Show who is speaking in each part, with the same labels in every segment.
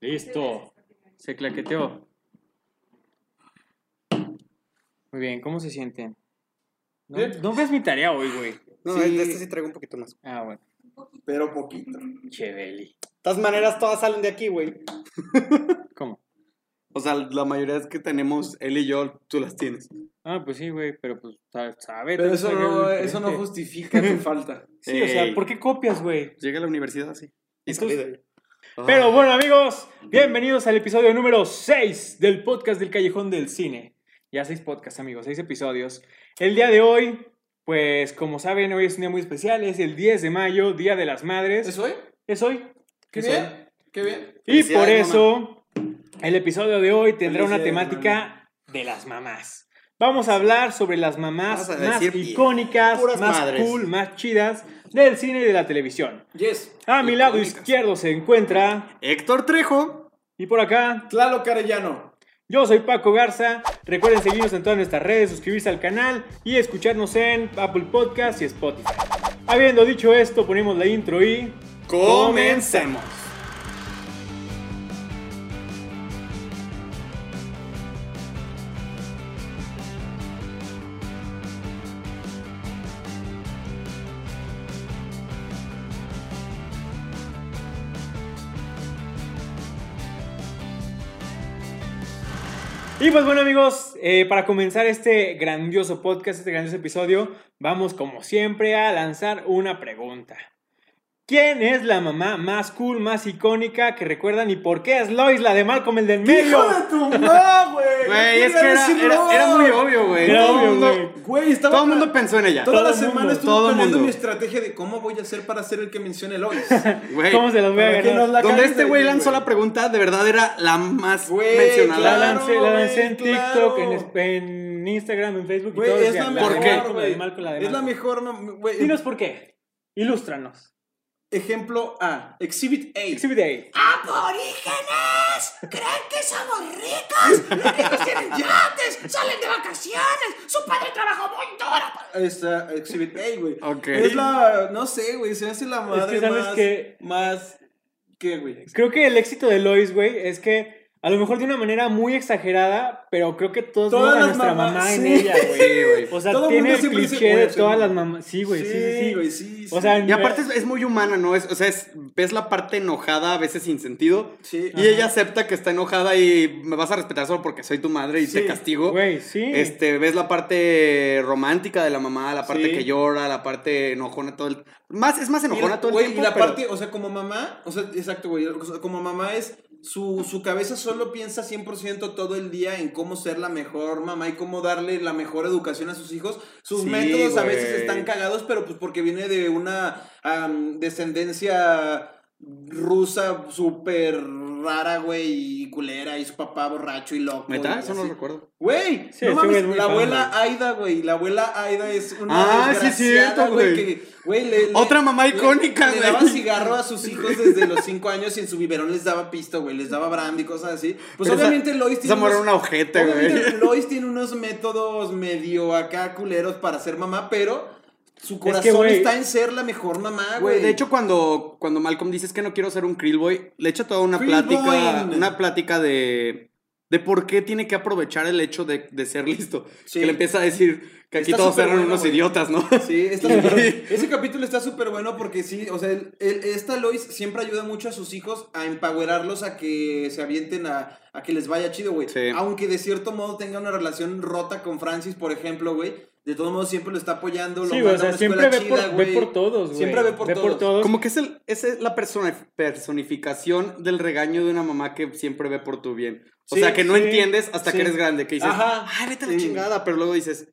Speaker 1: Listo. Se claqueteó. Muy bien, ¿cómo se sienten? No,
Speaker 2: Bien.
Speaker 1: no ves mi tarea hoy, güey.
Speaker 2: No,
Speaker 3: Sí.
Speaker 2: de este sí traigo un poquito más.
Speaker 1: Ah, bueno.
Speaker 3: Pero poquito.
Speaker 1: Cheveli.
Speaker 2: De todas maneras, todas salen de aquí, güey.
Speaker 1: ¿Cómo?
Speaker 3: O sea, la mayoría es que tenemos él y yo, tú las tienes.
Speaker 1: Ah, pues sí, güey, pero pues sa- sabe.
Speaker 4: Pero
Speaker 1: también
Speaker 4: eso
Speaker 1: sabe
Speaker 4: no,
Speaker 1: algo
Speaker 4: eso no
Speaker 1: diferente.
Speaker 4: justifica tu falta.
Speaker 1: Sí, o sea,
Speaker 3: Ey.
Speaker 1: ¿por qué copias, güey?
Speaker 3: Llega a la universidad así.
Speaker 2: Y
Speaker 1: Entonces-
Speaker 2: salí de ahí.
Speaker 1: Ah. Pero bueno amigos, bienvenidos al episodio número 6 del podcast del Callejón del Cine. Ya seis podcasts amigos, seis episodios. El día de hoy, pues como saben, hoy es un día muy especial, es el 10 de mayo, Día de las Madres.
Speaker 4: ¿Eso hoy?
Speaker 1: Es hoy.
Speaker 4: ¿Qué
Speaker 1: Es hoy.
Speaker 4: bien? ¿Qué bien?
Speaker 1: Y por
Speaker 3: Felicidades,
Speaker 1: eso, el episodio de hoy tendrá una
Speaker 4: Felicidades,
Speaker 1: temática de las mamás. Vamos a hablar sobre las mamás
Speaker 3: Vas a
Speaker 1: más
Speaker 3: decir bien.
Speaker 1: icónicas,
Speaker 3: Puras
Speaker 1: más
Speaker 3: madres.
Speaker 1: cool, más chidas del cine y de la televisión.
Speaker 4: Yes.
Speaker 1: A mi lado
Speaker 3: Icónicas.
Speaker 1: izquierdo se encuentra,
Speaker 3: Héctor Trejo.
Speaker 1: y por acá,
Speaker 4: Tlalo Carellano.
Speaker 1: Yo soy Paco Garza. Recuerden seguirnos en todas nuestras redes, suscribirse al canal y escucharnos en Apple Podcasts y Spotify. Habiendo dicho esto, ponemos la intro y.
Speaker 3: Comencemos.
Speaker 1: Y pues bueno, amigos, eh, para comenzar este grandioso podcast, este grandioso episodio, vamos como siempre a lanzar una pregunta. ¿Quién es la mamá más cool, más icónica que recuerdan y por qué es Lois, la de Malcolm el del medio?
Speaker 4: ¡Hijo de tu mamá, güey!
Speaker 3: Güey, es
Speaker 4: Iba a
Speaker 3: que era,
Speaker 4: decir
Speaker 3: era-
Speaker 4: no.
Speaker 3: era muy obvio, güey.
Speaker 1: Era
Speaker 3: Todo el
Speaker 1: obvio,
Speaker 3: mundo-
Speaker 1: güey.
Speaker 4: Güey, estaba...
Speaker 3: Todo el mundo pensó en ella.
Speaker 4: Toda
Speaker 1: Todo
Speaker 4: la
Speaker 1: el
Speaker 4: semana
Speaker 1: mundo,
Speaker 4: estuve
Speaker 3: todo el
Speaker 4: planeando
Speaker 3: mundo.
Speaker 4: mi estrategia de cómo voy a hacer para ser el que mencione Lois.
Speaker 3: Güey,
Speaker 1: ¿Cómo se los voy a
Speaker 4: Para que
Speaker 1: ganar?
Speaker 4: nos la
Speaker 3: Donde
Speaker 4: acabes
Speaker 3: este
Speaker 4: de
Speaker 3: güey
Speaker 4: decir,
Speaker 3: lanzó la pregunta, de verdad era la más
Speaker 4: Güey,
Speaker 1: La
Speaker 3: mencionada.
Speaker 4: claro.
Speaker 1: lancé, la lancé en
Speaker 4: güey,
Speaker 1: TikTok, en,
Speaker 4: claro.
Speaker 1: en Instagram, en Facebook y
Speaker 4: Güey,
Speaker 1: todo.
Speaker 4: es la
Speaker 1: decían,
Speaker 4: mejor,
Speaker 1: de
Speaker 3: qué?
Speaker 1: Malcolm, la de
Speaker 4: güey.
Speaker 1: Malcolm, la de
Speaker 4: Es la
Speaker 1: Malcolm.
Speaker 4: mejor, no, güey.
Speaker 1: Dinos por qué. Ilústranos.
Speaker 4: Ejemplo A. Exhibit A.
Speaker 1: Exhibit A.
Speaker 5: ¡Aborígenes! ¿Creen que somos ricos? Los ricos tienen yates, salen de vacaciones, su padre trabajó muy duro. para-
Speaker 4: Esta Exhibit A, güey.
Speaker 3: Ok.
Speaker 4: Es la, no sé, güey, se me hace la madre
Speaker 1: que sabes
Speaker 4: más,
Speaker 1: que-
Speaker 4: más, ¿qué, güey?
Speaker 1: Creo que el éxito de Lois, güey, es que a lo mejor de una manera muy exagerada, pero creo que todos
Speaker 4: Todas
Speaker 1: vemos a
Speaker 4: las
Speaker 1: nuestra
Speaker 4: mamás,
Speaker 1: mamá en
Speaker 4: sí.
Speaker 1: ella, güey.
Speaker 3: Sí, güey.
Speaker 1: O sea,
Speaker 4: Todo
Speaker 1: tiene
Speaker 4: mundo
Speaker 1: el
Speaker 4: siempre dice,
Speaker 1: cliché de
Speaker 4: güey, soy
Speaker 1: todas
Speaker 4: mamá.
Speaker 1: las mamás. Sí, güey, sí, sí, sí.
Speaker 4: güey, sí,
Speaker 1: O sea,
Speaker 4: sí.
Speaker 3: Y aparte es, es muy humana, ¿no? Es, o sea, es- ves la parte enojada, a veces sin sentido.
Speaker 4: Sí.
Speaker 3: Y ella acepta que está enojada y me vas a respetar solo porque soy tu madre y te castigo.
Speaker 1: Güey, sí.
Speaker 3: Este, ves la parte romántica de la mamá, la parte
Speaker 4: Sí.
Speaker 3: que llora, la parte enojona todo el más Es más
Speaker 4: Y
Speaker 3: enojona
Speaker 4: la-
Speaker 3: todo el
Speaker 4: güey,
Speaker 3: tiempo.
Speaker 4: Y la
Speaker 3: pero-
Speaker 4: parte, o sea, como mamá, o sea, exacto, güey, o sea, como mamá es, su, su cabeza solo piensa 100% todo el día en cómo ser la mejor mamá y cómo darle la mejor educación a sus hijos. Sus
Speaker 3: Sí,
Speaker 4: métodos a
Speaker 3: güey.
Speaker 4: veces están cagados, pero pues porque viene de una am, descendencia rusa súper rara, güey, y culera, y su papá borracho y loco.
Speaker 3: ¿Neta?
Speaker 4: y
Speaker 3: Eso no
Speaker 4: así.
Speaker 3: lo recuerdo.
Speaker 4: Güey,
Speaker 1: Sí, ese
Speaker 4: no
Speaker 1: güey
Speaker 4: mames,
Speaker 1: es muy
Speaker 4: la
Speaker 1: fan,
Speaker 4: abuela
Speaker 1: güey.
Speaker 4: Aida, güey, la abuela Aida es una
Speaker 3: Ah, sí es
Speaker 4: desgraciada,
Speaker 3: cierto, güey.
Speaker 4: que, güey, le- le-
Speaker 3: Otra mamá
Speaker 4: le-
Speaker 3: icónica,
Speaker 4: Le
Speaker 3: güey.
Speaker 4: daba cigarro a sus hijos desde los 5 años y en su biberón les daba pisto, güey, les daba brandy y cosas así. Pues
Speaker 3: Pero esa-
Speaker 4: obviamente Lois tiene
Speaker 3: Esa morra era una ojete,
Speaker 4: obviamente
Speaker 3: güey.
Speaker 4: Lois tiene unos métodos medio acá culeros para ser mamá, pero su
Speaker 1: que,
Speaker 4: corazón
Speaker 1: güey-
Speaker 4: está en ser la mejor mamá,
Speaker 3: Güey,
Speaker 4: Ah, güey.
Speaker 3: de hecho, cuando, cuando Malcolm dice "Es que no quiero ser un Krillboy, le echa toda una
Speaker 4: Krill
Speaker 3: plática,
Speaker 4: Boy.
Speaker 3: una plática de, de por qué tiene que aprovechar el hecho de, de ser listo.
Speaker 4: Sí.
Speaker 3: Que le empieza a decir que aquí
Speaker 4: Está
Speaker 3: todos eran
Speaker 4: superbueno,
Speaker 3: unos
Speaker 4: güey.
Speaker 3: idiotas, ¿no?
Speaker 4: Sí, está súper- ese capítulo está súper bueno porque sí, o sea, el- el- esta Lois siempre ayuda mucho a sus hijos a empowerarlos a que se avienten a, a que les vaya chido, güey.
Speaker 3: Sí.
Speaker 4: Aunque de cierto modo tenga una relación rota con Francis, por ejemplo, güey. De todos modos siempre lo está apoyando, lo
Speaker 1: Sí,
Speaker 4: manda
Speaker 1: güey, o
Speaker 4: a
Speaker 1: sea,
Speaker 4: una
Speaker 1: siempre ve
Speaker 4: escuela chida,
Speaker 1: por, ve
Speaker 4: güey.
Speaker 1: por todos, güey.
Speaker 4: Siempre ve por todos.
Speaker 3: Como que es, el, es el- la persona- personificación del regaño de una mamá que siempre ve por tu bien. O
Speaker 1: Sí,
Speaker 3: sea, que no
Speaker 1: sí,
Speaker 3: entiendes hasta
Speaker 1: sí.
Speaker 3: que eres grande, que dices,
Speaker 4: Ajá.
Speaker 3: ay, vete a la
Speaker 4: Sí.
Speaker 3: chingada, pero luego dices,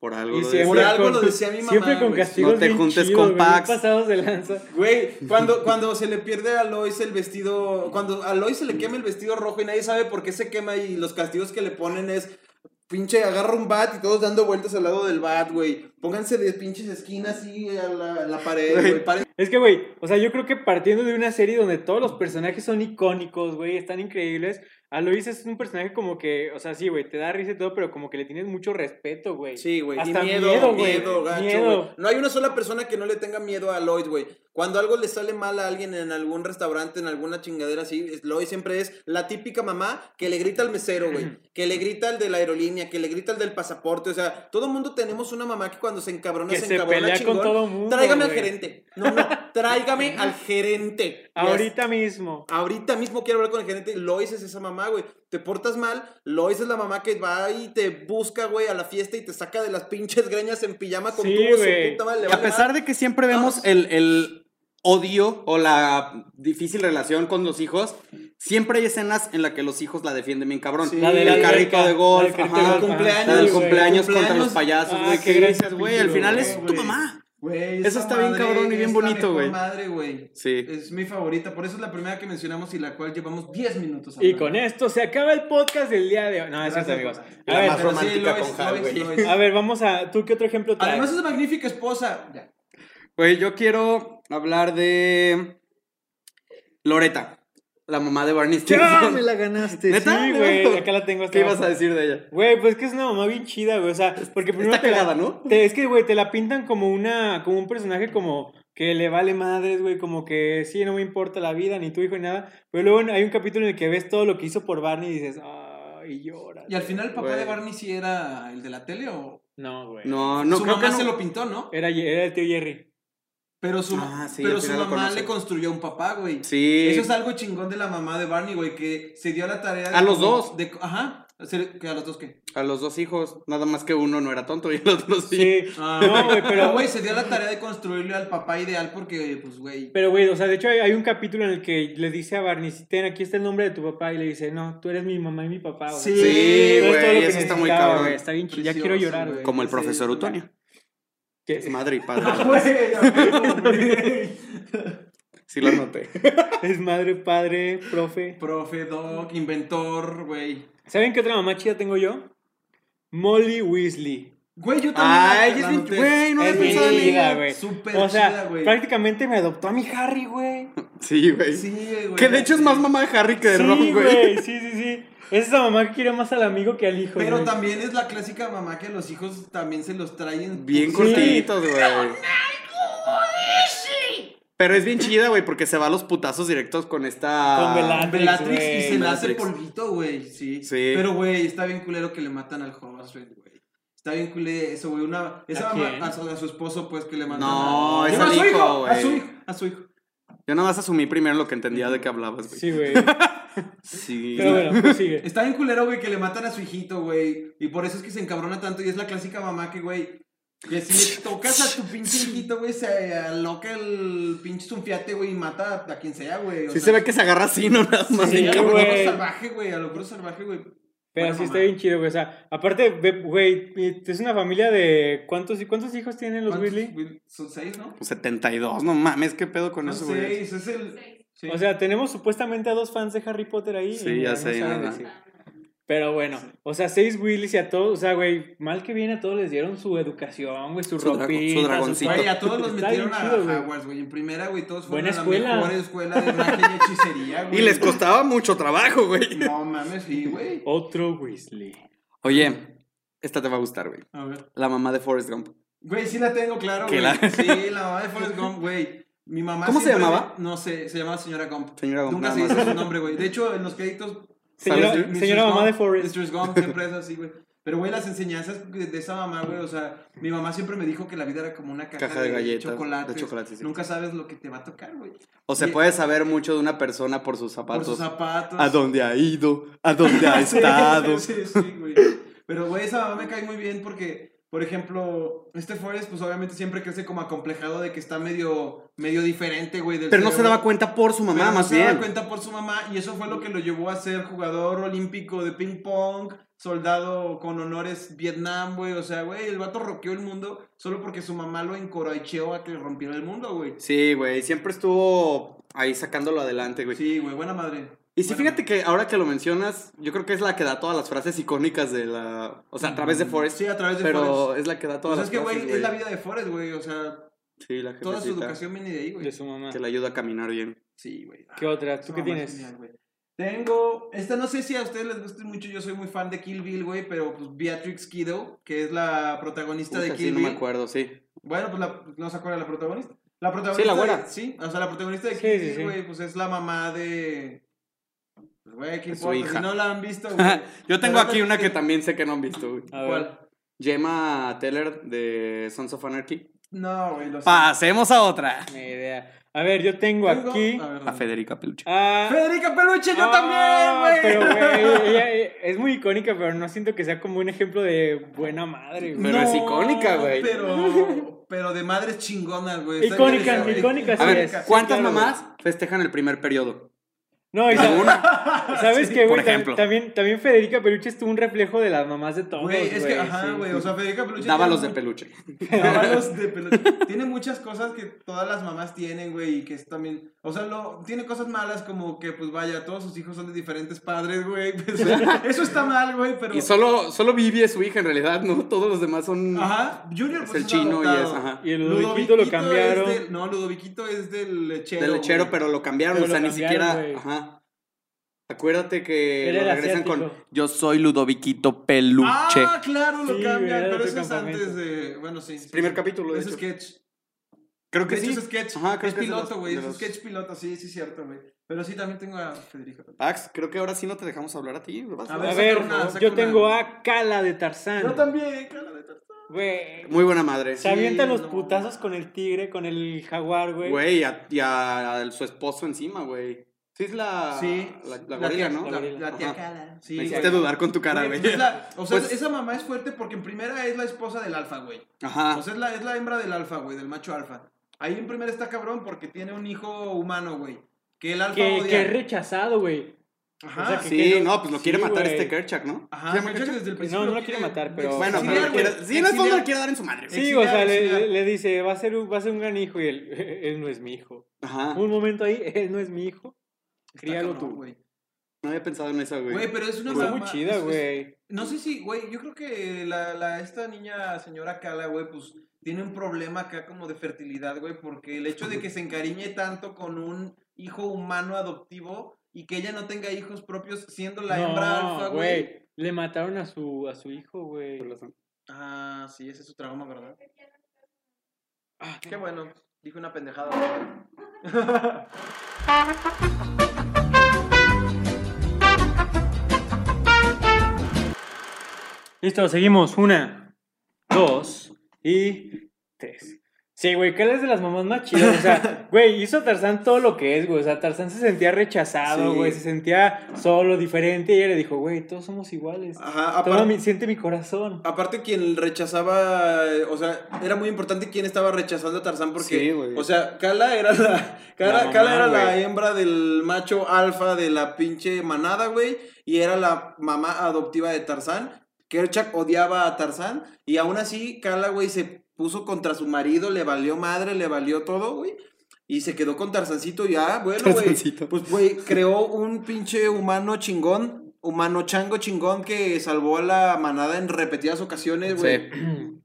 Speaker 3: por algo.
Speaker 1: Y
Speaker 3: lo
Speaker 1: siempre
Speaker 3: decía".
Speaker 4: Por algo
Speaker 1: con-
Speaker 4: lo decía mi mamá,
Speaker 1: Siempre con
Speaker 4: güey.
Speaker 1: castigos
Speaker 3: No te
Speaker 1: bien
Speaker 3: juntes
Speaker 1: chidos,
Speaker 3: con
Speaker 1: güey, bien
Speaker 3: Pax.
Speaker 1: pasados de lanza.
Speaker 4: Güey, cuando, cuando se le pierde a Lois el vestido, cuando a Lois se le quema el vestido rojo y nadie sabe por qué se quema y los castigos que le ponen es pinche agarra un bat y todos dando vueltas al lado del bat, güey. Pónganse de pinches esquinas así a la, a la pared, güey. Paren-
Speaker 1: Es que, güey, o sea, yo creo que partiendo de una serie donde todos los personajes son icónicos, güey, están increíbles, Aloys es un personaje como que, o sea, sí, güey, te da risa y todo, pero como que le tienes mucho respeto, güey.
Speaker 4: Sí, güey.
Speaker 1: Hasta
Speaker 4: y
Speaker 1: miedo,
Speaker 4: miedo,
Speaker 1: güey.
Speaker 4: Miedo, gacho,
Speaker 1: Miedo.
Speaker 4: güey. No hay una sola persona que no le tenga miedo a Lloyd, güey. Cuando algo le sale mal a alguien en algún restaurante, en alguna chingadera así, es- Lloyd siempre es la típica mamá que le grita al mesero, güey. Que le grita al de la aerolínea, que le grita al del pasaporte. O sea, todo mundo tenemos una mamá que cuando se encabrona,
Speaker 1: Que
Speaker 4: se,
Speaker 1: se
Speaker 4: encabrona
Speaker 1: pelea con
Speaker 4: chingón.
Speaker 1: todo mundo,
Speaker 4: Tráigame al
Speaker 1: güey.
Speaker 4: gerente. No, no, tráigame al gerente. Ya
Speaker 1: Ahorita mismo.
Speaker 4: Ahorita mismo quiero hablar con el gerente. Lois es esa mamá, güey. Te portas mal. Lois es la mamá que va y te busca, güey, a la fiesta y te saca de las pinches greñas en pijama con
Speaker 1: Sí,
Speaker 4: tubos.
Speaker 1: güey.
Speaker 4: Su puta madre, le
Speaker 3: Y a
Speaker 4: vale
Speaker 3: pesar
Speaker 4: madre.
Speaker 3: de que siempre vemos el, el odio o la difícil relación con los hijos, siempre hay escenas en las que los hijos la defienden bien cabrón.
Speaker 4: Sí. La de la
Speaker 3: el
Speaker 1: alberca,
Speaker 3: carrito de
Speaker 1: la del
Speaker 3: golf,
Speaker 1: carrito
Speaker 3: ajá,
Speaker 1: de
Speaker 3: el
Speaker 1: golf,
Speaker 3: cumpleaños,
Speaker 1: ajá,
Speaker 3: el
Speaker 1: sí, güey.
Speaker 3: cumpleaños contra
Speaker 4: Cumpleaños.
Speaker 3: los payasos,
Speaker 1: Ah,
Speaker 3: güey.
Speaker 1: qué
Speaker 3: ¿Qué
Speaker 1: gran
Speaker 3: dices, güey? Al
Speaker 1: capítulo,
Speaker 3: final
Speaker 1: güey,
Speaker 3: es tu
Speaker 1: güey.
Speaker 3: mamá.
Speaker 4: Güey,
Speaker 3: Eso
Speaker 4: esa
Speaker 3: está bien
Speaker 4: madre
Speaker 3: cabrón y bien
Speaker 4: es la
Speaker 3: bonito,
Speaker 4: mejor
Speaker 3: güey.
Speaker 4: madre, güey.
Speaker 3: Sí.
Speaker 4: Es mi favorita. Por eso es la primera que mencionamos y la cual llevamos 10 minutos.
Speaker 1: Y
Speaker 4: hablando.
Speaker 1: con esto se acaba el podcast del día de hoy. No, es cierto, amigos.
Speaker 4: Gracias,
Speaker 1: A
Speaker 3: La
Speaker 1: ver,
Speaker 3: más
Speaker 4: Pero sí,
Speaker 3: romántica
Speaker 4: Lois,
Speaker 3: con Hal,
Speaker 4: Lois,
Speaker 3: güey.
Speaker 4: Lois.
Speaker 1: a ver, vamos a. ¿Tú qué otro ejemplo traes?
Speaker 4: Además es magnífica esposa. Ya.
Speaker 3: Güey, yo quiero hablar de Loreta, la mamá de Barney
Speaker 1: ¡Ya!
Speaker 3: Stinson.
Speaker 1: la ganaste.
Speaker 3: ¿Neta?
Speaker 1: Sí, güey. Acá la tengo hasta
Speaker 3: ¿Qué ibas
Speaker 1: abajo.
Speaker 3: a decir de ella?
Speaker 1: Güey, pues es que es una mamá bien chida, güey. O sea, porque primero te la,
Speaker 3: cagada, ¿no?
Speaker 1: te- es que, güey, te la pintan como una, como un personaje como que le vale madres, güey, como que sí, no me importa la vida, ni tu hijo, ni nada. Pero luego en- hay un capítulo en el que ves todo lo que hizo por Barney y dices, ay, llora.
Speaker 4: Y al final el papá
Speaker 3: Güey.
Speaker 4: de Barney sí era el de la tele o
Speaker 1: No, güey.
Speaker 3: No, no
Speaker 4: su
Speaker 3: creo
Speaker 4: mamá
Speaker 3: que
Speaker 4: se
Speaker 3: no.
Speaker 4: lo pintó, ¿no?
Speaker 1: Era, Ye- era el tío Jerry.
Speaker 4: Pero su,
Speaker 3: Ah, sí,
Speaker 4: pero
Speaker 3: al
Speaker 4: su
Speaker 3: final lo
Speaker 4: mamá
Speaker 3: conoce.
Speaker 4: le construyó un papá, güey.
Speaker 3: Sí.
Speaker 4: Eso es algo chingón de la mamá de Barney, güey, que se dio a la tarea. de
Speaker 3: Eh, A los
Speaker 4: como-
Speaker 3: dos.
Speaker 4: de- ajá. hacer- que a los dos qué.
Speaker 3: A los dos hijos, nada más que uno no era tonto y el otro sí.
Speaker 1: Sí. no, güey,
Speaker 4: Pero,
Speaker 1: pero,
Speaker 4: güey, se dio a la tarea de construirle al papá ideal porque, pues, güey.
Speaker 1: pero, güey, o sea, de hecho hay, hay un capítulo en el que le dice a Barney, ten, aquí está el nombre de tu papá, y le dice, no, tú eres mi mamá y mi papá, güey.
Speaker 4: Sí,
Speaker 3: Sí,
Speaker 1: Eso es todo lo
Speaker 3: güey,
Speaker 1: que
Speaker 3: eso está muy
Speaker 1: necesitaba, güey,
Speaker 3: cabrón.
Speaker 1: Está bien chido. Ya
Speaker 4: Precioso,
Speaker 1: quiero llorar,
Speaker 4: güey.
Speaker 1: güey.
Speaker 3: Como el
Speaker 4: Sí,
Speaker 3: profesor
Speaker 4: sí.
Speaker 3: Utonio.
Speaker 1: Que-
Speaker 3: Es madre y padre.
Speaker 4: Ah, Güey, a huevo, güey.
Speaker 3: Sí lo noté.
Speaker 1: Es madre, padre, profe.
Speaker 4: Profe, doc, inventor, güey.
Speaker 1: ¿Saben qué otra mamá chida tengo yo? Molly Weasley.
Speaker 4: Güey, yo también.
Speaker 3: Ay,
Speaker 4: la
Speaker 3: ella es
Speaker 4: noté.
Speaker 3: bien. Güey, no había
Speaker 1: es bien
Speaker 3: pensado en
Speaker 1: chida,
Speaker 3: ella.
Speaker 1: güey.
Speaker 4: Súper
Speaker 1: O sea,
Speaker 4: chida, güey.
Speaker 1: prácticamente me adoptó a mi Harry, güey.
Speaker 3: Sí, güey.
Speaker 4: Sí, güey.
Speaker 3: que de hecho es más mamá de Harry que de
Speaker 1: Sí,
Speaker 3: Ron, güey.
Speaker 1: güey. Sí, sí, sí. Es esa mamá que quiere más al amigo que al hijo.
Speaker 4: Pero
Speaker 1: güey.
Speaker 4: también es la clásica mamá que a los hijos también se los traen.
Speaker 3: Bien
Speaker 1: Sí.
Speaker 3: cortitos, güey.
Speaker 5: ¡Weasley!
Speaker 3: Pero es bien chida, güey, porque se va a los putazos directos con esta.
Speaker 1: Con Bellatrix.
Speaker 4: Bellatrix y
Speaker 1: güey.
Speaker 4: se le hace
Speaker 3: Bellatrix.
Speaker 4: polvito, güey. Sí.
Speaker 3: Sí.
Speaker 4: Pero, güey, está bien culero que le matan al Horsfeld, güey. Está bien culero eso, güey. Una, esa
Speaker 1: ¿A
Speaker 4: mamá-
Speaker 1: quién?
Speaker 4: a, su, a su esposo, pues, que le matan
Speaker 3: No,
Speaker 4: al-
Speaker 3: es
Speaker 4: a
Speaker 3: al
Speaker 4: su
Speaker 3: hijo,
Speaker 4: hijo, A
Speaker 3: güey.
Speaker 4: su hijo, a su hijo.
Speaker 3: Yo nada más asumí primero lo que entendía de que hablabas, güey.
Speaker 1: Sí, güey.
Speaker 3: Sí.
Speaker 1: Pero bueno, pues sigue.
Speaker 4: Está bien culero, güey, que le matan a su hijito, güey. Y por eso es que se encabrona tanto. Y es la clásica mamá que, güey, que si le tocas a tu pinche hijito, güey, se aloca el pinche zunfiate, güey, y mata a quien sea, güey. O
Speaker 3: Sí
Speaker 4: sea,
Speaker 3: se ve que se agarra así, no nada más.
Speaker 1: Sí,
Speaker 4: Sí, a lo
Speaker 1: güey.
Speaker 4: puro salvaje, güey, a lo puro salvaje, güey.
Speaker 1: Pero
Speaker 4: Buena
Speaker 1: sí está
Speaker 4: mamá.
Speaker 1: bien chido, güey. O sea, aparte, ve- güey, es una familia de. ¿Cuántos, cuántos hijos tienen los
Speaker 4: ¿Cuántos,
Speaker 1: Weasley?
Speaker 4: güey? Son seis, ¿no?
Speaker 3: 72, no mames, qué pedo con
Speaker 4: No,
Speaker 3: eso, güey.
Speaker 4: seis, es el... sí.
Speaker 1: O sea, tenemos supuestamente a dos fans de Harry Potter ahí.
Speaker 3: Sí,
Speaker 1: y mira,
Speaker 3: ya
Speaker 1: no
Speaker 3: sé,
Speaker 1: saben
Speaker 3: nada.
Speaker 1: decir. Pero bueno, o sea, seis Willys y a todos, o sea, güey, mal que bien a todos les dieron su educación, güey, su,
Speaker 3: Su drago- su
Speaker 1: ropita.
Speaker 3: dragoncito.
Speaker 4: Güey, a todos los
Speaker 1: Está
Speaker 4: metieron
Speaker 1: bien
Speaker 4: a
Speaker 1: chido, güey.
Speaker 4: Hogwarts, güey. En primera, güey, todos fueron
Speaker 1: Buena
Speaker 4: a la
Speaker 1: escuela.
Speaker 4: mejor escuela de magia y hechicería, güey.
Speaker 3: Y les costaba mucho trabajo, güey.
Speaker 4: No mames, sí, güey.
Speaker 1: Otro Weasley.
Speaker 3: Oye, esta te va a gustar, güey.
Speaker 4: A ver.
Speaker 3: La mamá de Forrest Gump.
Speaker 4: Güey, sí la tengo claro,
Speaker 3: Que
Speaker 4: güey.
Speaker 3: la-
Speaker 4: Sí, la mamá de Forrest Gump, güey. Mi mamá
Speaker 3: ¿Cómo se
Speaker 4: siempre-
Speaker 3: llamaba?
Speaker 4: No sé, se llamaba señora Gump.
Speaker 3: Señora Gump,
Speaker 4: Nunca
Speaker 3: nada
Speaker 4: se
Speaker 3: más.
Speaker 4: dice su nombre, güey. De hecho, en los créditos
Speaker 1: Señora,
Speaker 3: ¿Sabes?
Speaker 4: Mrs.
Speaker 1: señora mamá
Speaker 4: Gump,
Speaker 1: de Forrest.
Speaker 4: Mrs. Gump siempre es así, güey. Pero, güey, las enseñanzas de de esa mamá, güey, o sea, mi mamá siempre me dijo que la vida era como una caja,
Speaker 3: Caja de galletas,
Speaker 4: chocolates.
Speaker 3: de chocolates, sí.
Speaker 4: Nunca sabes lo que te va a tocar, güey.
Speaker 3: O se
Speaker 4: Y-
Speaker 3: puede saber mucho de una persona por sus
Speaker 4: Por
Speaker 3: zapatos.
Speaker 4: sus zapatos.
Speaker 3: A dónde ha ido, a dónde ha estado.
Speaker 4: Sí, sí, sí, güey. Pero, güey, esa mamá me cae muy bien porque, por ejemplo, este Forrest, pues obviamente siempre crece como acomplejado de que está medio, medio diferente, güey. del
Speaker 3: Pero no
Speaker 4: cerebro.
Speaker 3: se daba cuenta por su mamá,
Speaker 4: Pero no
Speaker 3: más
Speaker 4: se
Speaker 3: bien.
Speaker 4: daba cuenta por su mamá y eso fue lo que lo llevó a ser jugador olímpico de ping pong, soldado con honores Vietnam, güey. O sea, güey, el vato roqueó el mundo solo porque su mamá lo encoracheó a que rompiera el mundo, güey.
Speaker 3: Sí, güey, siempre estuvo ahí sacándolo adelante, güey.
Speaker 4: Sí, güey, buena madre.
Speaker 3: Y sí,
Speaker 4: Buena
Speaker 3: fíjate que ahora que lo mencionas, yo creo que es la que da todas las frases icónicas de la. O sea, a través de Forrest.
Speaker 4: Mm, Sí, a través de
Speaker 3: pero
Speaker 4: Forrest.
Speaker 3: es la que da
Speaker 4: O
Speaker 3: todas
Speaker 4: sea,
Speaker 3: las
Speaker 4: es que,
Speaker 3: frases.
Speaker 4: güey, es la vida de Forrest, güey. O sea,
Speaker 3: Sí, la
Speaker 4: toda su
Speaker 3: jefecita
Speaker 4: educación viene de ahí,
Speaker 1: De
Speaker 4: güey.
Speaker 1: su mamá.
Speaker 3: Que le ayuda a caminar bien.
Speaker 4: Sí, güey.
Speaker 1: ¿Qué otra? ¿Tú
Speaker 4: Su
Speaker 1: qué
Speaker 4: mamá
Speaker 1: tienes?
Speaker 4: es genial, güey. Tengo. Esta no sé si a ustedes les guste mucho. Yo soy muy fan de Kill Bill, güey. Pero pues Beatrix Kiddo, que es la protagonista de
Speaker 3: Puta, sí,
Speaker 4: Kill
Speaker 3: no
Speaker 4: Bill.
Speaker 3: me acuerdo, sí.
Speaker 4: Bueno, pues la, no se acuerda la protagonista. La protagonista.
Speaker 3: Sí, la güera.
Speaker 4: de- sí, o sea, la protagonista de
Speaker 1: Sí,
Speaker 4: Kill
Speaker 1: sí,
Speaker 4: Bill,
Speaker 1: sí.
Speaker 4: güey, pues es la mamá de. Pues, güey, ¿qué
Speaker 3: De su
Speaker 4: importa?
Speaker 3: hija.
Speaker 4: Si no la han visto, güey.
Speaker 3: Yo tengo
Speaker 4: Pero
Speaker 3: aquí
Speaker 4: no-
Speaker 3: una que también sé que no han visto, güey.
Speaker 1: A ver.
Speaker 4: ¿Cuál?
Speaker 3: Gemma Teller de Sons of Anarchy.
Speaker 4: No, güey, lo sé.
Speaker 3: Pasemos a otra.
Speaker 1: Ni idea. A ver, yo tengo
Speaker 4: Tengo-
Speaker 1: aquí.
Speaker 4: a ver,
Speaker 3: A Federica
Speaker 4: Ah,
Speaker 3: Peluche.
Speaker 1: a-
Speaker 4: Federica Peluche, yo
Speaker 1: Ah,
Speaker 4: también, güey.
Speaker 1: Pero, güey, ella es muy icónica, pero no siento que sea como un ejemplo de buena madre, güey.
Speaker 3: Pero es icónica, güey.
Speaker 4: Pero, pero de madres chingonas, güey. Está
Speaker 1: Icónica,
Speaker 4: bien, güey.
Speaker 1: icónica,
Speaker 3: A
Speaker 1: sí
Speaker 3: ver,
Speaker 1: es.
Speaker 3: ¿cuántas
Speaker 1: claro,
Speaker 3: mamás festejan el primer periodo?
Speaker 1: No, y sa-
Speaker 3: Ninguna.
Speaker 1: sabes que,
Speaker 3: por
Speaker 1: güey, tam-
Speaker 3: ejemplo.
Speaker 1: también, también Federica Peluche estuvo un reflejo de las mamás de todos,
Speaker 4: Güey, es
Speaker 1: sí.
Speaker 4: que, ajá, güey. O sea, Federica Peluche.
Speaker 3: Dávalos de
Speaker 4: tiene
Speaker 3: peluche.
Speaker 4: Dávalos de peluche. Tiene muchas cosas que todas las mamás tienen, güey, y que es también. O sea, lo, tiene cosas malas como que, pues vaya, todos sus hijos son de diferentes padres, güey. pues, eso está mal, güey, pero.
Speaker 3: Y solo, solo Vivi es su hija, en realidad, ¿no? Todos los demás son...
Speaker 4: Ajá, Junior
Speaker 3: Es
Speaker 4: pues,
Speaker 3: el chino y
Speaker 4: adoptado.
Speaker 3: es, ajá.
Speaker 1: Y el Ludoviquito lo cambiaron.
Speaker 4: es del- no, Ludoviquito es del lechero.
Speaker 3: Del lechero,
Speaker 4: güey.
Speaker 3: pero lo cambiaron,
Speaker 1: Pero
Speaker 3: o sea,
Speaker 1: lo
Speaker 3: ni
Speaker 1: cambiaron,
Speaker 3: siquiera...
Speaker 1: güey.
Speaker 3: Ajá. Acuérdate que
Speaker 1: Era
Speaker 3: lo
Speaker 1: el
Speaker 3: regresan con...
Speaker 1: asiático.
Speaker 3: Yo soy Ludoviquito Peluche.
Speaker 4: Ah, claro, lo
Speaker 1: Sí,
Speaker 4: cambian,
Speaker 1: güey,
Speaker 4: pero
Speaker 1: otro
Speaker 4: eso es
Speaker 1: campamento.
Speaker 4: antes de. Bueno, sí. sí,
Speaker 3: Primer
Speaker 4: sí.
Speaker 3: capítulo, de
Speaker 4: pues Es
Speaker 3: hecho.
Speaker 4: sketch.
Speaker 3: creo que
Speaker 4: de hecho,
Speaker 3: sí.
Speaker 4: es sketch.
Speaker 3: Ajá, creo
Speaker 4: es
Speaker 3: que es de
Speaker 4: piloto,
Speaker 3: los-
Speaker 4: güey.
Speaker 3: de
Speaker 4: Es
Speaker 3: los-
Speaker 4: sketch piloto, sí, sí, cierto, güey. Pero sí, también tengo a Federica.
Speaker 3: Ax, creo que ahora sí no te dejamos hablar a ti. vas.
Speaker 4: A
Speaker 1: A
Speaker 4: saca
Speaker 1: ver,
Speaker 4: una, saca
Speaker 1: yo
Speaker 4: una.
Speaker 1: tengo a Cala de Tarzán.
Speaker 4: Yo también, cara de Tarzán.
Speaker 1: Güey,
Speaker 3: Muy buena madre.
Speaker 1: se avientan los
Speaker 4: Pues no.
Speaker 1: putazos con el tigre, con el jaguar, güey.
Speaker 3: Güey, y a, y a- a su esposo encima, güey. Sí, es la,
Speaker 4: Sí.
Speaker 3: Ah, la, la gorila, ¿no?
Speaker 1: la-
Speaker 3: Ajá.
Speaker 4: Cala. Sí,
Speaker 3: Me
Speaker 4: güey.
Speaker 3: hiciste dudar con tu cara, güey.
Speaker 4: Es la- o sea,
Speaker 3: Pues-
Speaker 4: esa mamá es fuerte porque en primera es la esposa del alfa, güey.
Speaker 3: Ajá.
Speaker 4: O sea, es la, es la hembra del alfa, güey, del macho alfa. Ahí en primera está cabrón porque tiene un hijo humano, güey. Que el alfa
Speaker 1: Que,
Speaker 4: odia.
Speaker 1: que es rechazado, güey.
Speaker 4: Ajá.
Speaker 1: o sea, que-
Speaker 3: sí, no, pues lo quiere
Speaker 1: Sí,
Speaker 3: matar
Speaker 1: güey.
Speaker 3: este Kerchak, ¿no?
Speaker 4: Ajá,
Speaker 3: ¿Se llama
Speaker 4: Kerchak
Speaker 3: Kerchak?
Speaker 4: desde el principio
Speaker 1: No, no lo quiere matar, pero-
Speaker 3: Bueno,
Speaker 4: exiliar,
Speaker 3: pero lo
Speaker 1: güey.
Speaker 3: quiere... Sí, en el
Speaker 4: Exiliar.
Speaker 3: fondo le quiere dar en su madre. güey.
Speaker 1: Sí,
Speaker 4: Exiliar,
Speaker 1: o sea, le,
Speaker 4: exiliar.
Speaker 1: le- le dice, va a ser un, va a ser un gran hijo y él, él no es mi hijo.
Speaker 3: Ajá.
Speaker 1: Un momento ahí, él no es mi hijo.
Speaker 4: Está
Speaker 1: Críalo
Speaker 4: cabrón,
Speaker 1: tú.
Speaker 4: güey.
Speaker 3: No había pensado en eso, güey.
Speaker 4: Güey, pero es una
Speaker 1: Está muy
Speaker 4: mamá-
Speaker 1: chida,
Speaker 4: es- es-
Speaker 1: güey.
Speaker 4: No sé si, güey, yo creo que la, la, esta niña, señora Cala, güey, pues tiene un problema acá como de fertilidad, güey, porque el hecho de que se encariñe tanto con un hijo humano adoptivo y que ella no tenga hijos propios siendo la hembra alfa, güey.
Speaker 1: Le mataron a su, a su hijo, güey.
Speaker 4: Ah, sí, ese es su trauma, ¿verdad?
Speaker 1: Ah,
Speaker 4: Qué bueno, dije una pendejada. güey.
Speaker 1: Listo, seguimos. Una, dos y tres. Sí, güey, Cala es de las mamás más chidas. O sea, güey, hizo a Tarzán todo lo que es, güey. O sea, Tarzán se sentía rechazado,
Speaker 4: Sí.
Speaker 1: güey. Se sentía solo, diferente. Y ella le dijo, güey, todos somos iguales.
Speaker 3: Ah,
Speaker 4: Ajá,
Speaker 1: Toma
Speaker 4: aparte,
Speaker 1: mi- siente mi corazón.
Speaker 4: aparte quien rechazaba, eh, o sea, era muy importante quién estaba rechazando a Tarzán porque,
Speaker 3: Sí, güey.
Speaker 4: o sea, Kala era la, Kala,
Speaker 3: La mamá,
Speaker 4: Kala era la
Speaker 3: güey.
Speaker 4: hembra del macho alfa de la pinche manada, güey, y era la mamá adoptiva de Tarzán. Kerchak odiaba a Tarzán y aún así Kala, güey, se puso contra su marido, le valió madre, le valió todo, güey. Y se quedó con Tarzancito ya, bueno, güey.
Speaker 3: Tarzancito.
Speaker 4: Pues, güey, creó un pinche humano chingón, humano chango chingón que salvó a la manada en repetidas ocasiones, güey.
Speaker 3: Sí.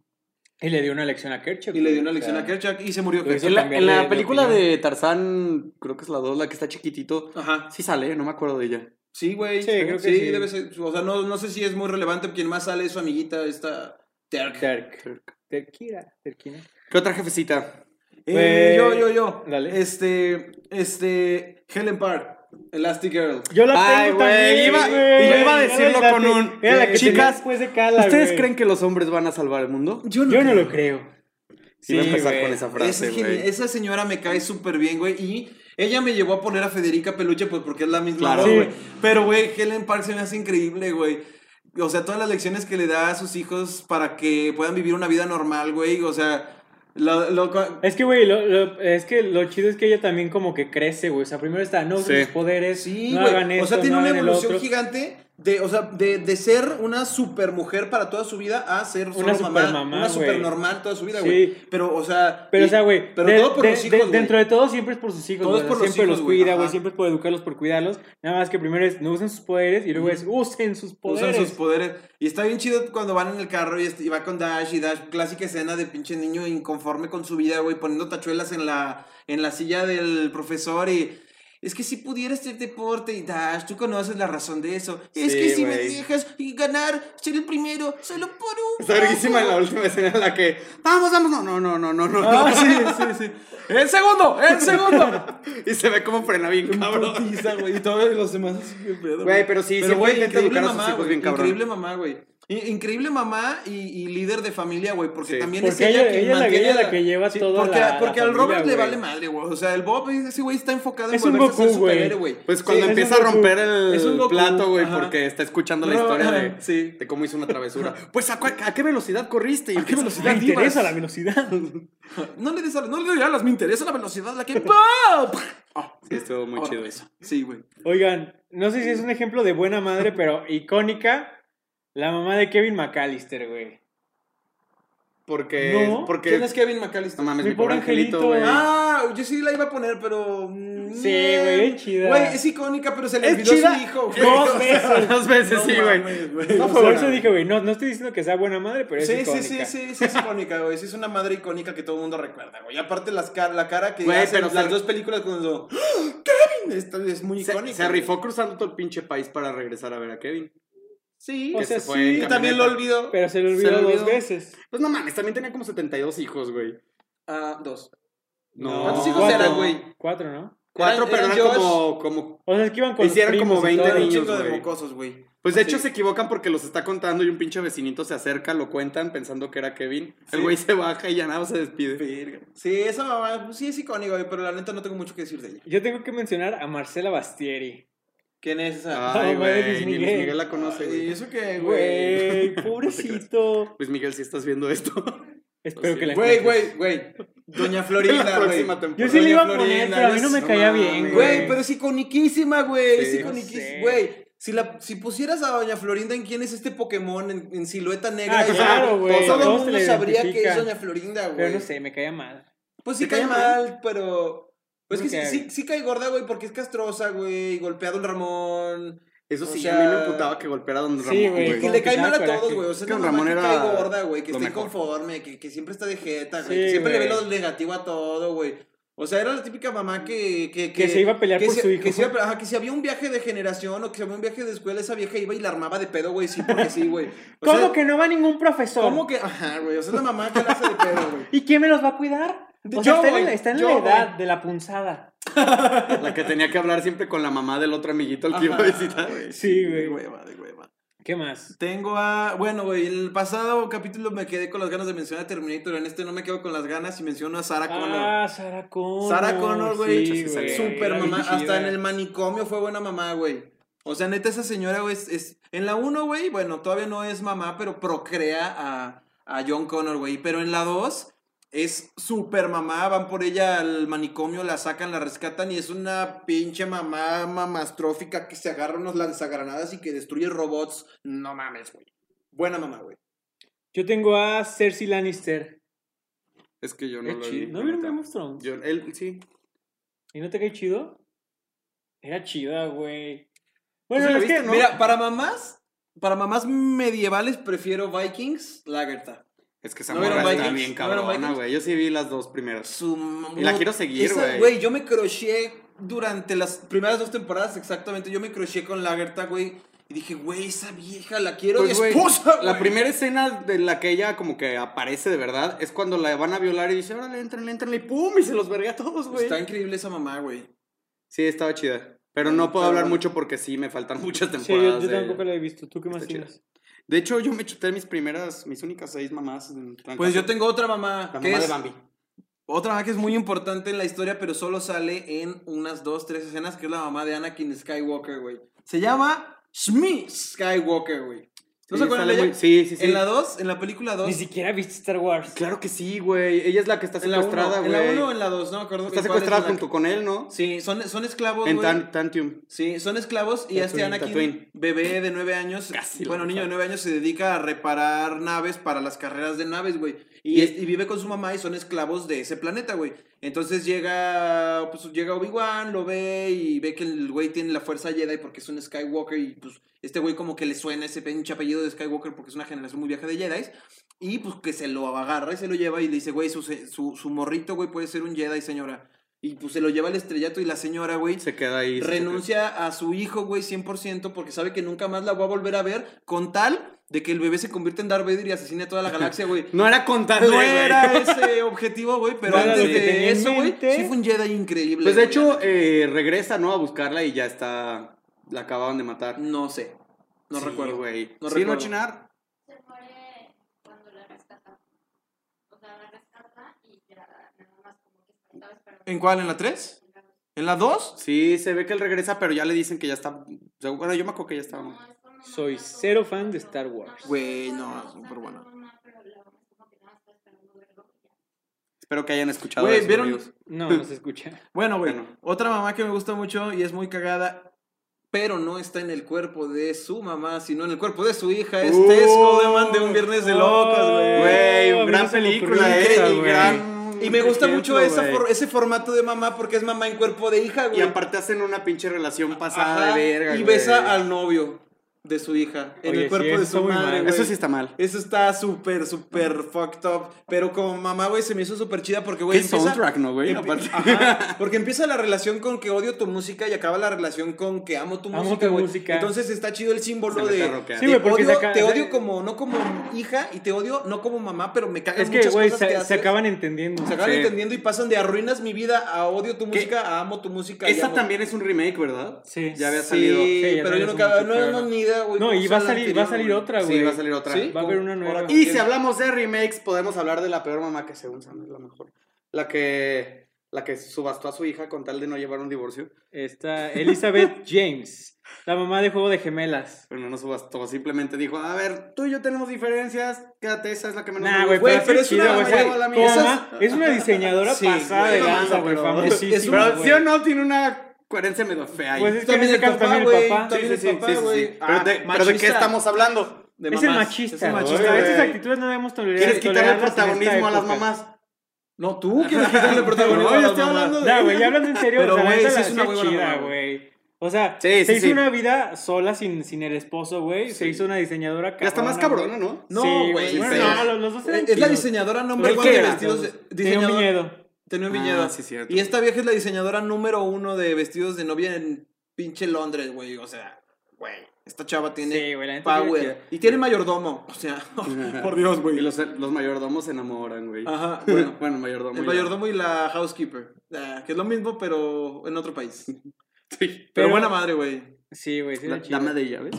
Speaker 1: Y le dio una lección a Kerchak.
Speaker 4: Y le dio una lección a Kerchak y se murió
Speaker 1: Lo hizo
Speaker 3: En
Speaker 4: Kerchak.
Speaker 3: la,
Speaker 1: cambiarle
Speaker 3: en la
Speaker 1: de
Speaker 3: película
Speaker 1: opinión.
Speaker 3: de Tarzán, creo que es la 2, la que está chiquitito.
Speaker 4: Ajá.
Speaker 3: Sí sale, no me acuerdo de ella.
Speaker 4: Sí, güey.
Speaker 1: Sí, creo que sí.
Speaker 4: debe ser. O sea, no, no sé si es muy relevante. Quien más sale es su amiguita, esta Terk.
Speaker 1: Terk. Terkira. Terkina.
Speaker 3: ¿Qué otra jefecita? Pues,
Speaker 4: Eh,
Speaker 1: Güey.
Speaker 4: yo, yo, yo.
Speaker 1: Dale.
Speaker 4: Este, este, Helen Park, Elastic Girl.
Speaker 1: Yo la
Speaker 3: Ay,
Speaker 1: tengo
Speaker 3: güey,
Speaker 1: también,
Speaker 3: iba-
Speaker 1: güey.
Speaker 3: y yo iba a
Speaker 1: Ya
Speaker 3: decirlo
Speaker 1: la-
Speaker 3: con
Speaker 1: la-
Speaker 3: un- eh,
Speaker 1: Era la que
Speaker 3: Chicas,
Speaker 1: tenía después de Cala,
Speaker 3: ¿Ustedes
Speaker 1: güey.
Speaker 3: creen que los hombres van a salvar el mundo?
Speaker 4: Yo
Speaker 1: Yo no lo creo.
Speaker 3: Sí, iba a empezar
Speaker 1: güey.
Speaker 3: con esa
Speaker 4: Esa
Speaker 3: frase,
Speaker 4: es geni-
Speaker 3: güey.
Speaker 4: esa señora me cae súper bien, güey. Y ella me llevó a poner a Federica Peluche, pues porque es la misma,
Speaker 3: Claro.
Speaker 4: voz, güey.
Speaker 1: Sí.
Speaker 4: Pero, güey, Helen Park se me hace increíble, güey. O sea, todas las lecciones que le da a sus hijos para que puedan vivir una vida normal, güey. O sea, lo, lo-
Speaker 1: Es que, güey, lo, lo- es que lo chido es que ella también como que crece, güey. O sea, primero está, no usen
Speaker 3: Sí.
Speaker 1: sus poderes,
Speaker 4: Sí,
Speaker 1: no
Speaker 4: güey.
Speaker 1: hagan esto,
Speaker 4: o sea, tiene
Speaker 1: no
Speaker 4: una
Speaker 1: hagan el
Speaker 4: evolución
Speaker 1: otro.
Speaker 4: gigante de, o sea, de, de ser una supermujer para toda su vida a ser solo
Speaker 1: Una
Speaker 4: mamá,
Speaker 1: supermamá,
Speaker 4: una
Speaker 1: güey.
Speaker 4: supernormal toda su vida,
Speaker 1: Sí.
Speaker 4: güey. Pero, o sea,
Speaker 1: Pero,
Speaker 4: y-
Speaker 1: o sea, güey,
Speaker 4: pero
Speaker 1: de-
Speaker 4: todo por
Speaker 1: de-
Speaker 4: los
Speaker 1: de-
Speaker 4: hijos, güey.
Speaker 1: dentro de todo siempre es por sus hijos,
Speaker 4: Todo
Speaker 1: güey.
Speaker 4: es
Speaker 1: O
Speaker 4: por
Speaker 1: sea,
Speaker 4: los
Speaker 1: Siempre los
Speaker 4: hijos, güey,
Speaker 1: cuida, güey,
Speaker 4: ajá.
Speaker 1: siempre es por educarlos, por cuidarlos. Nada más que primero es, no usen sus poderes y luego es, usen sus
Speaker 4: Usan
Speaker 1: poderes.
Speaker 4: sus poderes. Y está bien chido cuando van en el carro y, est- y va con Dash y Dash, clásica escena de pinche niño inconforme con su vida, güey, poniendo tachuelas en la, en la silla del profesor y, Es que si pudiera este deporte y Dash, tú conoces la razón de eso. Es
Speaker 3: Sí,
Speaker 4: que si me
Speaker 3: güey.
Speaker 4: dejas y ganar, ser el primero, solo por un.
Speaker 3: Está verguísima la última escena en la que. Vamos, vamos. No, no, no, no, no,
Speaker 4: Ah.
Speaker 3: no. no.
Speaker 4: sí, sí, sí. ¡El segundo! ¡El segundo!
Speaker 3: Y se ve como frena bien, cabrón.
Speaker 4: Putiza, güey. Y todos los demás así, qué pedo.
Speaker 3: Güey, pero sí, siempre
Speaker 4: güey,
Speaker 3: intenta
Speaker 4: increíble
Speaker 3: educar a sus
Speaker 4: mamá,
Speaker 3: hijos
Speaker 4: güey,
Speaker 3: bien cabrón.
Speaker 4: Increíble mamá, güey. I- Increíble mamá y, y líder de familia, güey, porque
Speaker 3: Sí.
Speaker 4: también
Speaker 1: Porque
Speaker 4: es ella,
Speaker 1: ella-
Speaker 4: quien
Speaker 1: ella es la-
Speaker 4: mantiene
Speaker 1: ella es la que lleva toda
Speaker 4: porque,
Speaker 1: la- la
Speaker 4: porque al
Speaker 1: familia,
Speaker 4: Robert le
Speaker 1: güey.
Speaker 4: vale madre, güey. O sea, el Bob, ese güey está enfocado en
Speaker 1: Es un
Speaker 4: volverse a ser
Speaker 1: Goku, güey.
Speaker 4: superhéroe, güey.
Speaker 3: Pues cuando
Speaker 1: Sí, es
Speaker 3: empieza a
Speaker 1: un Goku.
Speaker 3: romper
Speaker 4: Es un
Speaker 3: el
Speaker 4: Goku,
Speaker 3: plato, güey,
Speaker 4: ajá.
Speaker 3: porque está escuchando la
Speaker 4: No,
Speaker 3: historia
Speaker 4: ajá,
Speaker 3: de,
Speaker 4: sí.
Speaker 3: de cómo hizo una travesura. Pues a, cua- a qué velocidad corriste. Y
Speaker 4: qué
Speaker 3: empieza-
Speaker 4: velocidad?
Speaker 1: Me
Speaker 4: Las divas.
Speaker 1: interesa la velocidad.
Speaker 4: No le des a, no le regalas, me interesa la velocidad, la que. ¡Pah! Ah,
Speaker 3: Sí, estuvo muy
Speaker 4: ahora,
Speaker 3: chido
Speaker 4: pues,
Speaker 3: eso.
Speaker 4: Sí, güey.
Speaker 1: Oigan, no sé si es un ejemplo de buena madre, pero icónica, la mamá de Kevin McAllister, güey.
Speaker 3: Porque.
Speaker 1: No,
Speaker 3: porque
Speaker 4: ¿Quién es Kevin McAllister?
Speaker 3: No mames,
Speaker 1: Mi
Speaker 3: mi, pobre
Speaker 1: pobre
Speaker 3: angelito,
Speaker 1: angelito,
Speaker 3: güey.
Speaker 1: güey.
Speaker 4: Ah, yo sí la iba a poner, pero. mm,
Speaker 1: Sí, güey, es chida.
Speaker 4: Güey, es icónica, pero se le
Speaker 1: Es
Speaker 4: olvidó
Speaker 1: chida
Speaker 4: su hijo, güey.
Speaker 1: dos veces.
Speaker 3: Dos veces, sí, güey.
Speaker 4: No,
Speaker 1: Por
Speaker 4: fue
Speaker 1: eso dije, güey, no, no estoy diciendo que sea buena madre, pero es
Speaker 4: Sí, sí,
Speaker 1: icónica.
Speaker 4: sí, sí, sí, es icónica, güey. Sí, es una madre icónica que todo el mundo recuerda, güey. Y aparte, las ca- la cara que.
Speaker 3: Güey,
Speaker 4: hacen
Speaker 3: pero
Speaker 4: las
Speaker 3: se-
Speaker 4: dos películas cuando. ¡Ah! ¡Kevin! Esta es muy
Speaker 3: Se,
Speaker 4: icónica.
Speaker 3: se rifó cruzando todo el pinche país para regresar a ver a Kevin.
Speaker 4: Pues Sí.
Speaker 1: O
Speaker 3: que
Speaker 1: sea,
Speaker 3: se fue
Speaker 1: sí,
Speaker 3: en
Speaker 4: Y también lo
Speaker 3: camioneta.
Speaker 4: olvidó.
Speaker 1: Pero se lo
Speaker 3: Se
Speaker 1: olvidó,
Speaker 3: lo
Speaker 1: dos
Speaker 3: olvidó.
Speaker 1: veces.
Speaker 3: Pues no mames, también tenía como 72 hijos, güey.
Speaker 4: Ah, dos.
Speaker 1: No,
Speaker 4: ¿Cuántos hijos
Speaker 1: cuatro.
Speaker 4: eran, güey?
Speaker 1: Cuatro, ¿no?
Speaker 3: Cuatro,
Speaker 4: Eran-
Speaker 3: pero
Speaker 4: eran
Speaker 3: eran
Speaker 4: Josh.
Speaker 3: como, como.
Speaker 1: O sea, es que iban con los
Speaker 3: Hicieron
Speaker 1: primos
Speaker 3: como
Speaker 1: y
Speaker 3: 20
Speaker 1: todo.
Speaker 4: Todo un
Speaker 3: niños,
Speaker 4: chingo de
Speaker 3: güey.
Speaker 4: mocosos, güey.
Speaker 3: Pues de hecho
Speaker 4: Sí.
Speaker 3: se equivocan porque los está contando y un pinche vecinito se acerca, lo cuentan pensando que era Kevin.
Speaker 4: Sí.
Speaker 3: El güey se baja y ya nada, se despide.
Speaker 4: Verga. Sí, esa mamá pues, sí es icónica, güey, pero la neta no tengo mucho que decir de ella.
Speaker 1: Yo tengo que mencionar a Marcela Bastieri.
Speaker 4: ¿Quién es esa?
Speaker 3: Ay,
Speaker 1: No, madre, Luis
Speaker 3: güey, ni Luis
Speaker 1: Miguel.
Speaker 3: Miguel la conoce, Ah.
Speaker 4: ¿Y
Speaker 3: güey.
Speaker 4: eso qué, güey?
Speaker 1: Güey, pobrecito.
Speaker 3: Luis Miguel, si estás viendo esto.
Speaker 1: Espero que la
Speaker 4: Güey,
Speaker 1: encuentres.
Speaker 4: güey, güey. Doña
Speaker 3: En
Speaker 4: Florinda,
Speaker 3: la
Speaker 4: güey.
Speaker 3: próxima temporada.
Speaker 1: Yo sí le iba a
Speaker 4: Doña
Speaker 1: poner,
Speaker 4: Florinda,
Speaker 1: pero a mí
Speaker 4: es-
Speaker 1: no me
Speaker 3: no
Speaker 1: caía
Speaker 3: mames,
Speaker 1: bien,
Speaker 4: Güey,
Speaker 1: güey.
Speaker 4: pero es iconiquísima, güey.
Speaker 3: Sí.
Speaker 4: es iconiquísima,
Speaker 1: No sé.
Speaker 4: güey. Si, la, si pusieras a Doña Florinda en quién es este Pokémon en, en silueta negra,
Speaker 1: Ah,
Speaker 4: ya,
Speaker 1: claro, güey.
Speaker 4: todo el
Speaker 1: Todos se
Speaker 4: mundo
Speaker 1: le
Speaker 4: sabría que
Speaker 1: identifican.
Speaker 4: es Doña Florinda, güey.
Speaker 1: Pero no sé, me caía mal.
Speaker 4: Pues sí
Speaker 3: ¿Te
Speaker 4: cae
Speaker 3: cae
Speaker 4: mal, pero. Pues
Speaker 1: Creo
Speaker 4: que
Speaker 1: que-
Speaker 4: sí, sí, sí cae gorda, güey, porque es castrosa, güey. Golpeado el Ramón.
Speaker 3: Eso
Speaker 4: o
Speaker 3: sí,
Speaker 4: sea-
Speaker 3: a mí me emputaba que golpeara a Don
Speaker 1: Sí, güey,
Speaker 3: Ramón, güey.
Speaker 4: Y
Speaker 1: como
Speaker 4: le
Speaker 1: que
Speaker 4: cae
Speaker 1: te
Speaker 4: mal
Speaker 1: da
Speaker 4: a todos,
Speaker 1: coraje.
Speaker 4: güey. O sea,
Speaker 3: Es que
Speaker 4: una
Speaker 3: don
Speaker 4: mamá
Speaker 3: Ramón
Speaker 4: que
Speaker 3: era
Speaker 4: cae gorda, güey. Que
Speaker 3: lo
Speaker 4: está
Speaker 3: mejor.
Speaker 4: inconforme, que, que siempre está de jeta, güey.
Speaker 1: Sí,
Speaker 4: que siempre le ve
Speaker 1: güey.
Speaker 4: lo negativo a todo, güey. O sea, era la típica mamá que... Que,
Speaker 1: Que se iba a pelear
Speaker 4: que
Speaker 1: por
Speaker 4: si-
Speaker 1: su hijo.
Speaker 4: Que si, ajá, que si había un viaje de generación o que si había un viaje de escuela, esa vieja iba y la armaba de pedo, güey. Sí, porque sí, güey. O
Speaker 1: ¿Cómo
Speaker 4: sea,
Speaker 1: que no va ningún profesor?
Speaker 4: ¿Cómo que...? Ajá, güey. O sea, es la mamá que la hace de pedo, güey.
Speaker 1: ¿Y quién me los va a cuidar?
Speaker 4: Yo
Speaker 1: O sea, está en,
Speaker 4: voy,
Speaker 1: la- está en
Speaker 4: yo
Speaker 1: la
Speaker 4: voy.
Speaker 1: edad de la punzada.
Speaker 3: La que tenía que hablar siempre con la mamá del otro amiguito al que iba a visitar, güey.
Speaker 1: Sí, güey.
Speaker 4: De hueva, de hueva.
Speaker 1: ¿Qué más?
Speaker 4: Tengo a... Bueno, güey, el pasado capítulo me quedé con las ganas de mencionar a Terminator. En este no me quedo con las ganas y menciono a Sarah Connor.
Speaker 1: Ah, Sarah Connor.
Speaker 4: Sara Connor, güey.
Speaker 1: Sí,
Speaker 3: sí,
Speaker 1: güey.
Speaker 4: Super
Speaker 1: Era bien
Speaker 4: mamá.
Speaker 1: chida.
Speaker 4: Hasta en el manicomio fue buena mamá, güey. O sea, neta, esa señora, güey, es, es- En la 1, güey, bueno, todavía no es mamá, pero procrea a, a John Connor, güey. Pero en la 2 es super mamá. Van por ella al manicomio, la sacan, la rescatan y es una pinche mamá mamastrófica que se agarra unos lanzagranadas y que destruye robots. No mames, güey. Buena mamá, güey.
Speaker 1: Yo tengo a Cersei Lannister.
Speaker 3: Es que yo no
Speaker 1: Qué
Speaker 3: lo vi.
Speaker 1: chido. ¿No
Speaker 3: la
Speaker 1: vieron
Speaker 3: neta.
Speaker 1: Game of Thrones?
Speaker 3: Yo- él, sí.
Speaker 1: ¿Y no te cae chido? Era chida, güey.
Speaker 3: Pues
Speaker 1: Bueno,
Speaker 3: sí la
Speaker 1: es que.
Speaker 3: viste, ¿no?
Speaker 4: Mira, para mamás, para mamás medievales prefiero Vikings, Lagertha.
Speaker 3: Es que esa
Speaker 4: ¿No
Speaker 3: morra
Speaker 4: vieron
Speaker 3: está
Speaker 4: Vikings?
Speaker 3: bien
Speaker 4: ¿No vieron
Speaker 3: cabrona,
Speaker 4: Vikings?
Speaker 3: güey. Yo sí vi las dos primeras.
Speaker 4: Su
Speaker 3: Y la
Speaker 4: mu-
Speaker 3: quiero seguir,
Speaker 4: esa-
Speaker 3: güey.
Speaker 4: Güey, yo me croché durante las primeras dos temporadas, exactamente. Yo me croché con Lagertha, güey. Y dije, güey, esa vieja la quiero
Speaker 3: Pues,
Speaker 4: de
Speaker 3: güey,
Speaker 4: esposa,
Speaker 3: La
Speaker 4: güey.
Speaker 3: primera escena de la que ella como que aparece de verdad es cuando la van a violar y dice, órale, entrenle, entrenle, y pum, y se los verga a todos, güey.
Speaker 4: Está increíble esa mamá, güey.
Speaker 3: Sí, estaba chida. Pero no puedo
Speaker 4: Pero
Speaker 3: hablar
Speaker 4: bueno.
Speaker 3: mucho porque sí, me faltan muchas
Speaker 1: Sí, yo,
Speaker 3: temporadas.
Speaker 1: yo
Speaker 3: de-
Speaker 1: tampoco la he visto. ¿Tú qué más
Speaker 3: Está chida.
Speaker 1: tienes?
Speaker 3: De hecho, yo me chuté mis primeras, mis únicas seis mamás. en trancazo.
Speaker 4: Pues yo tengo otra mamá.
Speaker 3: La
Speaker 4: que
Speaker 3: mamá de
Speaker 4: es-
Speaker 3: Bambi.
Speaker 4: Otra mamá que es muy importante en la historia, pero solo sale en unas dos, tres escenas, que es la mamá de Anakin Skywalker, güey. Se llama Smith Skywalker, güey. ¿No
Speaker 3: Sí,
Speaker 4: se acuerdan
Speaker 3: sale
Speaker 4: de ella?
Speaker 3: muy- Sí, sí, sí.
Speaker 4: En la 2, en la película 2.
Speaker 1: Ni siquiera viste Star Wars.
Speaker 3: Claro que sí, güey. Ella es la que está
Speaker 4: En la 1
Speaker 3: secuestrada,
Speaker 4: en la uno o
Speaker 3: güey.
Speaker 4: en la 2, no me acuerdo.
Speaker 3: Está
Speaker 4: cuál es
Speaker 3: secuestrada
Speaker 4: la-
Speaker 3: junto con él, ¿no?
Speaker 4: Sí, son, son esclavos,
Speaker 3: en
Speaker 4: güey.
Speaker 3: Tan- Tantium.
Speaker 4: Sí, son esclavos y este
Speaker 3: Tatooine,
Speaker 4: Anakin,
Speaker 3: Tatooine.
Speaker 4: bebé de nueve años,
Speaker 3: Casi lo
Speaker 4: bueno, niño de
Speaker 3: mataron.
Speaker 4: nueve años se dedica a reparar naves para las carreras de naves, güey. Y,
Speaker 3: Y-
Speaker 4: es- y vive con su mamá y son esclavos de ese planeta, güey. Entonces llega, pues llega Obi-Wan, lo ve y ve que el güey tiene la fuerza Jedi porque es un Skywalker y pues este güey como que le suena ese pinche apellido de Skywalker porque es una generación muy vieja de Jedi. Y pues que se lo agarra y se lo lleva y le dice, güey, su, su, su morrito, güey, puede ser un Jedi, señora. Y pues se lo lleva al estrellato y la señora, güey,
Speaker 3: Se queda ahí.
Speaker 4: renuncia a su hijo, güey, 100% porque sabe que nunca más la va a volver a ver con tal de que el bebé se convierta en Darth Vader y asesine a toda la galaxia, güey.
Speaker 3: No era contar.
Speaker 4: No era ese objetivo, güey, pero
Speaker 1: No era
Speaker 4: antes
Speaker 1: lo que tenía
Speaker 4: de
Speaker 1: en
Speaker 4: eso, güey,
Speaker 1: mente.
Speaker 4: sí fue un Jedi increíble.
Speaker 3: Pues de
Speaker 4: güey.
Speaker 3: hecho, eh, regresa, ¿no? A buscarla y ya está. La acababan de matar.
Speaker 4: no sé. No
Speaker 3: Sí,
Speaker 4: recuerdo.
Speaker 3: güey.
Speaker 4: No
Speaker 3: sí,
Speaker 4: recuerdo.
Speaker 3: no chinar.
Speaker 6: se muere cuando la rescatan. O sea, la rescatan y ya nada más como que estaba esperando.
Speaker 4: ¿En cuál? ¿En la tres? ¿En la 2?
Speaker 3: Sí, se ve que él regresa, pero ya le dicen que ya está. o sea, Bueno, yo me acuerdo que ya estaba.
Speaker 6: No, es cuando
Speaker 1: Soy
Speaker 6: mata a todo
Speaker 1: cero
Speaker 6: el
Speaker 1: fan de
Speaker 6: mundo.
Speaker 1: Star Wars.
Speaker 4: Güey, no,
Speaker 6: mata a
Speaker 4: súper
Speaker 6: todo
Speaker 4: bueno.
Speaker 6: el mundo, pero la mamá es como que nada más está esperando verlo y ya.
Speaker 3: Espero que hayan escuchado.
Speaker 4: Ah, Güey,
Speaker 3: eso,
Speaker 4: ¿vieron?
Speaker 3: amigos.
Speaker 1: No, no se escucha.
Speaker 4: Bueno, güey.
Speaker 3: Bueno.
Speaker 4: Otra mamá que me gusta mucho y es muy cagada, pero no está en el cuerpo de su mamá, sino en el cuerpo de su hija. Es
Speaker 3: Uh,
Speaker 4: Tesco Coleman de un viernes de locas, güey.
Speaker 3: Güey,
Speaker 1: a mí
Speaker 3: gran
Speaker 1: no se me ocurrió
Speaker 3: película
Speaker 1: esa,
Speaker 3: esa,
Speaker 1: güey.
Speaker 3: gran-
Speaker 4: Y me gusta
Speaker 3: ejemplo,
Speaker 4: mucho esa
Speaker 3: güey.
Speaker 4: for- ese formato de mamá porque es mamá en cuerpo de hija, güey.
Speaker 3: Y aparte hacen una pinche relación pasada
Speaker 4: Ajá,
Speaker 3: de verga.
Speaker 4: Y
Speaker 3: güey.
Speaker 4: besa al novio de su hija en
Speaker 1: Oye,
Speaker 4: el cuerpo
Speaker 1: sí,
Speaker 4: de
Speaker 1: eso
Speaker 4: su
Speaker 1: muy
Speaker 4: madre,
Speaker 1: mal.
Speaker 4: güey.
Speaker 3: Eso sí está mal.
Speaker 4: Eso está súper, súper fucked up. Pero como mamá, güey, se me hizo súper chida porque, güey,
Speaker 3: Qué soundtrack, ¿no, güey?
Speaker 4: empi-
Speaker 3: Aparte.
Speaker 4: Ajá, porque empieza la relación con que odio tu música y acaba la relación con que amo tu
Speaker 1: Amo
Speaker 4: música,
Speaker 1: tu
Speaker 4: güey.
Speaker 1: música.
Speaker 4: Entonces está chido el
Speaker 3: Se
Speaker 4: símbolo
Speaker 3: me
Speaker 4: de...
Speaker 3: está
Speaker 1: Sí,
Speaker 3: rockeando.
Speaker 4: te
Speaker 1: güey, porque
Speaker 4: odio,
Speaker 1: se acaba-
Speaker 4: te
Speaker 1: se-
Speaker 4: odio como, no como hija y te odio no como mamá, pero me cagan
Speaker 1: Es que,
Speaker 4: muchas
Speaker 1: güey,
Speaker 4: cosas que
Speaker 1: se, se
Speaker 4: haces.
Speaker 1: acaban entendiendo.
Speaker 4: Se acaban
Speaker 3: Sí.
Speaker 4: entendiendo y pasan de arruinas mi vida a odio tu música, a amo tu música. y
Speaker 3: Esta
Speaker 4: amo-
Speaker 3: también es un remake, ¿verdad?
Speaker 1: Sí.
Speaker 3: Ya había
Speaker 4: Sí,
Speaker 3: salido.
Speaker 1: Sí, ya
Speaker 4: pero
Speaker 1: salió
Speaker 4: yo no
Speaker 1: hace
Speaker 4: acaba,
Speaker 1: mucho,
Speaker 4: no
Speaker 1: pero
Speaker 4: no,
Speaker 1: no.
Speaker 4: ni idea, güey.
Speaker 1: No, y
Speaker 4: cómo
Speaker 1: va a
Speaker 4: fue la
Speaker 1: salir, va a
Speaker 4: anterior,
Speaker 1: salir
Speaker 4: güey.
Speaker 1: otra,
Speaker 3: Sí,
Speaker 1: güey.
Speaker 3: va a salir otra.
Speaker 4: ¿Sí?
Speaker 1: Va a haber una
Speaker 4: Ahora,
Speaker 1: nueva.
Speaker 3: Y
Speaker 4: ¿quién?
Speaker 3: si hablamos de remakes, podemos hablar de la peor mamá que según Sam es la mejor. La que, la que subastó a su hija con tal de no llevar un divorcio.
Speaker 1: Está Elizabeth James, la mamá de Juego de Gemelas.
Speaker 3: Pero no, no subastó, simplemente dijo, a ver, tú y yo tenemos diferencias, quédate, esa es la que menos
Speaker 1: Nah,
Speaker 3: me
Speaker 1: güey,
Speaker 3: gusta".
Speaker 1: pero, está
Speaker 4: Güey, pero es
Speaker 1: chida,
Speaker 4: una
Speaker 1: güey. O sea,
Speaker 4: mamá de la
Speaker 1: como
Speaker 4: mía.
Speaker 1: mamá, es una diseñadora
Speaker 4: Sí,
Speaker 1: pasada de
Speaker 4: güey,
Speaker 1: lanza,
Speaker 3: no,
Speaker 1: güey,
Speaker 3: pero-
Speaker 4: es
Speaker 1: famosísima,
Speaker 4: una-
Speaker 3: Pero
Speaker 1: güey.
Speaker 3: sí o no, tiene una coherencia medio fea ahí.
Speaker 1: Pues es que en
Speaker 4: También
Speaker 1: ese
Speaker 4: el
Speaker 1: caso
Speaker 4: papá,
Speaker 1: también
Speaker 4: güey,
Speaker 1: el papá.
Speaker 4: también el papá, güey.
Speaker 3: Pero, de,
Speaker 4: Ah,
Speaker 3: pero ¿de qué
Speaker 4: machista.
Speaker 3: estamos hablando?
Speaker 4: De
Speaker 1: Es el
Speaker 4: mamás,
Speaker 1: machista,
Speaker 4: es el
Speaker 1: güey.
Speaker 4: machista,
Speaker 1: Esas
Speaker 4: güey.
Speaker 1: actitudes no debemos tolerar.
Speaker 3: ¿Quieres quitarle el
Speaker 1: tolerarlas en esta
Speaker 3: protagonismo a las
Speaker 1: época.
Speaker 3: mamás?
Speaker 4: No, tú quieres quitarle
Speaker 3: No,
Speaker 4: protagonismo.
Speaker 3: yo
Speaker 4: a la
Speaker 3: estoy
Speaker 4: mamá.
Speaker 3: hablando
Speaker 1: Ya, güey, ya hablando en serio,
Speaker 4: Pero,
Speaker 1: o sea, la
Speaker 4: güey,
Speaker 1: neta
Speaker 4: sí
Speaker 1: la
Speaker 4: es una
Speaker 1: hacía
Speaker 4: muy buena
Speaker 1: chida,
Speaker 4: mamá,
Speaker 1: güey. O sea,
Speaker 3: Sí,
Speaker 1: se
Speaker 3: sí,
Speaker 1: hizo
Speaker 3: sí.
Speaker 1: una vida sola sin, sin el esposo, güey. Se hizo una diseñadora
Speaker 3: Ya está más
Speaker 1: cabrona,
Speaker 3: cabrona, ¿no?
Speaker 4: No,
Speaker 1: Sí,
Speaker 4: güey.
Speaker 1: güey,
Speaker 4: es-
Speaker 3: bueno,
Speaker 1: no, los- los dos eran
Speaker 4: Es la
Speaker 1: chidos.
Speaker 4: diseñadora número
Speaker 1: Pero
Speaker 4: uno
Speaker 1: es que
Speaker 4: de
Speaker 1: era,
Speaker 4: vestidos. de-
Speaker 1: Tenía un
Speaker 4: diseñadora-
Speaker 1: viñedo.
Speaker 4: Tenía un
Speaker 3: Ah,
Speaker 4: viñedo.
Speaker 3: sí, cierto.
Speaker 4: Y esta vieja es la diseñadora número uno de vestidos de novia en pinche Londres, güey. O sea, güey. Esta chava
Speaker 1: Sí,
Speaker 4: tiene
Speaker 1: güey, la neta tiene
Speaker 4: power. Y tiene mayordomo. O sea, por Dios,
Speaker 3: Y
Speaker 4: güey.
Speaker 3: los, los mayordomos se enamoran, güey.
Speaker 4: Ajá,
Speaker 3: Bueno,
Speaker 4: bueno.
Speaker 3: bueno, mayordomo.
Speaker 4: El
Speaker 3: ya.
Speaker 4: mayordomo y la housekeeper. Ah, que es lo mismo, pero en otro país. Pero,
Speaker 3: Sí.
Speaker 1: Pero-
Speaker 4: buena madre, güey.
Speaker 1: Sí, güey, sí
Speaker 3: La
Speaker 1: era chido.
Speaker 3: dama de llaves.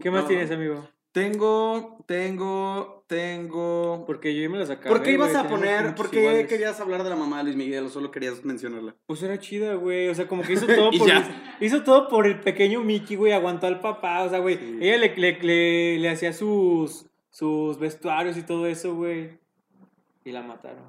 Speaker 1: ¿Qué más
Speaker 4: No.
Speaker 1: tienes, amigo?
Speaker 4: Tengo, tengo, tengo.
Speaker 1: Porque yo me lo sacaba.
Speaker 3: ¿Por qué ibas a poner, por qué querías hablar de la mamá de Luis Miguel o solo querías mencionarla?
Speaker 1: Pues era chida, güey. O sea, como que hizo todo
Speaker 3: Y
Speaker 1: por.
Speaker 3: ya.
Speaker 1: hizo todo por el pequeño Mickey, güey. Aguantó al papá. O sea, güey.
Speaker 3: Sí.
Speaker 1: Ella le, le, le, le hacía sus, sus vestuarios y todo eso, güey. Y la mataron.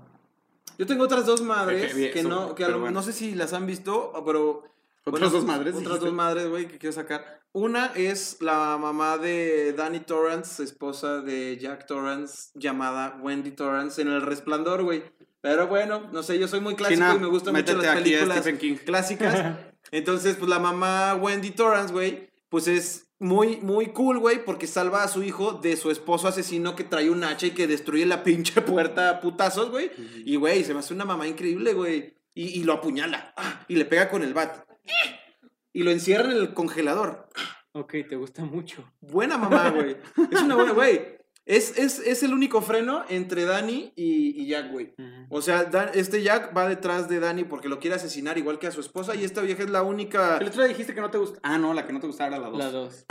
Speaker 4: Yo tengo otras dos madres
Speaker 3: Qué bien,
Speaker 4: que
Speaker 3: eso,
Speaker 4: no, que a
Speaker 3: pero
Speaker 4: lo-
Speaker 3: bueno.
Speaker 4: no sé si las han visto, pero.
Speaker 3: Otras dos madres,
Speaker 4: Otras
Speaker 3: dijiste.
Speaker 4: dos madres, güey, que quiero sacar. Una es la mamá de Danny Torrance, esposa de Jack Torrance, llamada Wendy Torrance en El Resplandor, güey. Pero bueno, no sé, yo soy muy clásico
Speaker 3: China,
Speaker 4: y me gustan mucho
Speaker 3: métete
Speaker 4: las
Speaker 3: aquí a este
Speaker 4: películas
Speaker 3: Stephen King.
Speaker 4: clásicas. Entonces, pues la mamá Wendy Torrance, güey, pues es muy, muy cool, güey, porque salva a su hijo de su esposo asesino que trae un hacha y que destruye la pinche puerta a putazos, güey. Y, güey, se me hace una mamá increíble, güey. Y, y lo apuñala. ¡ah! Y le pega con el bat. ¡eh! Y lo encierra en el congelador.
Speaker 1: Ok, te gusta mucho.
Speaker 4: Buena mamá, güey. Es una buena, güey. Es, es, es el único freno entre Danny y, y Jack, güey. O sea, Dan- este Jack va detrás de Danny porque lo quiere asesinar igual que a su esposa y esta vieja es la única...
Speaker 3: El otro día dijiste que no te gusta. Ah, no, la que no te gustaba era la dos.
Speaker 1: La dos.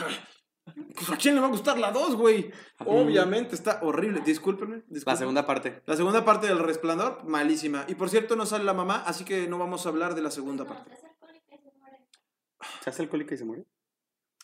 Speaker 4: Pues, ¿A quién le va a gustar la 2, güey? Obviamente, está horrible. Discúlpenme.
Speaker 3: La
Speaker 4: discúlpenme.
Speaker 3: segunda parte.
Speaker 4: La segunda parte del resplandor, malísima. Y por cierto, no sale la mamá, así que no vamos a hablar de la segunda
Speaker 6: No,
Speaker 4: parte.
Speaker 6: es alcohólica y se muere.
Speaker 3: ¿Se hace alcohólica y se muere?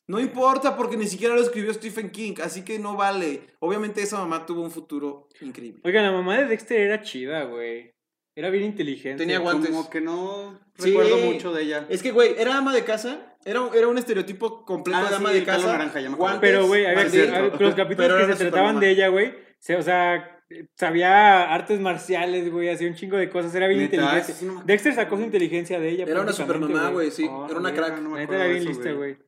Speaker 4: No importa porque ni siquiera lo escribió Stephen King, así que no vale. Obviamente esa mamá tuvo un futuro increíble.
Speaker 1: Oiga, la mamá de Dexter era chida, güey. Era bien inteligente.
Speaker 4: Tenía guan- Guantes.
Speaker 3: Como que no
Speaker 4: Sí.
Speaker 3: recuerdo mucho de ella.
Speaker 4: Es que, güey, era ama de casa, era, era un estereotipo completo
Speaker 3: Ah,
Speaker 4: de ama
Speaker 3: sí,
Speaker 4: de
Speaker 3: el pelo
Speaker 4: casa.
Speaker 3: naranja, ya me acuerdo.
Speaker 4: guantes,
Speaker 1: Pero, güey, a ver,
Speaker 4: martillo,
Speaker 1: a ver,
Speaker 3: cierto.
Speaker 1: los capítulos que
Speaker 4: Pero era
Speaker 1: se
Speaker 4: una super
Speaker 1: trataban
Speaker 4: mamá.
Speaker 1: de ella, güey, se- o sea, sabía artes marciales, güey, hacía un chingo de cosas, era bien
Speaker 3: Neta,
Speaker 1: inteligente.
Speaker 3: eso sí no me-
Speaker 1: Dexter sacó su inteligencia de ella.
Speaker 4: Era una
Speaker 1: prácticamente, Oh,
Speaker 4: supermamá, güey, sí.
Speaker 3: Ah,
Speaker 4: era una
Speaker 3: mira,
Speaker 4: crack.
Speaker 3: no me
Speaker 1: La neta
Speaker 3: acuerdo
Speaker 1: era
Speaker 3: de
Speaker 1: bien
Speaker 3: eso,
Speaker 1: lista, güey.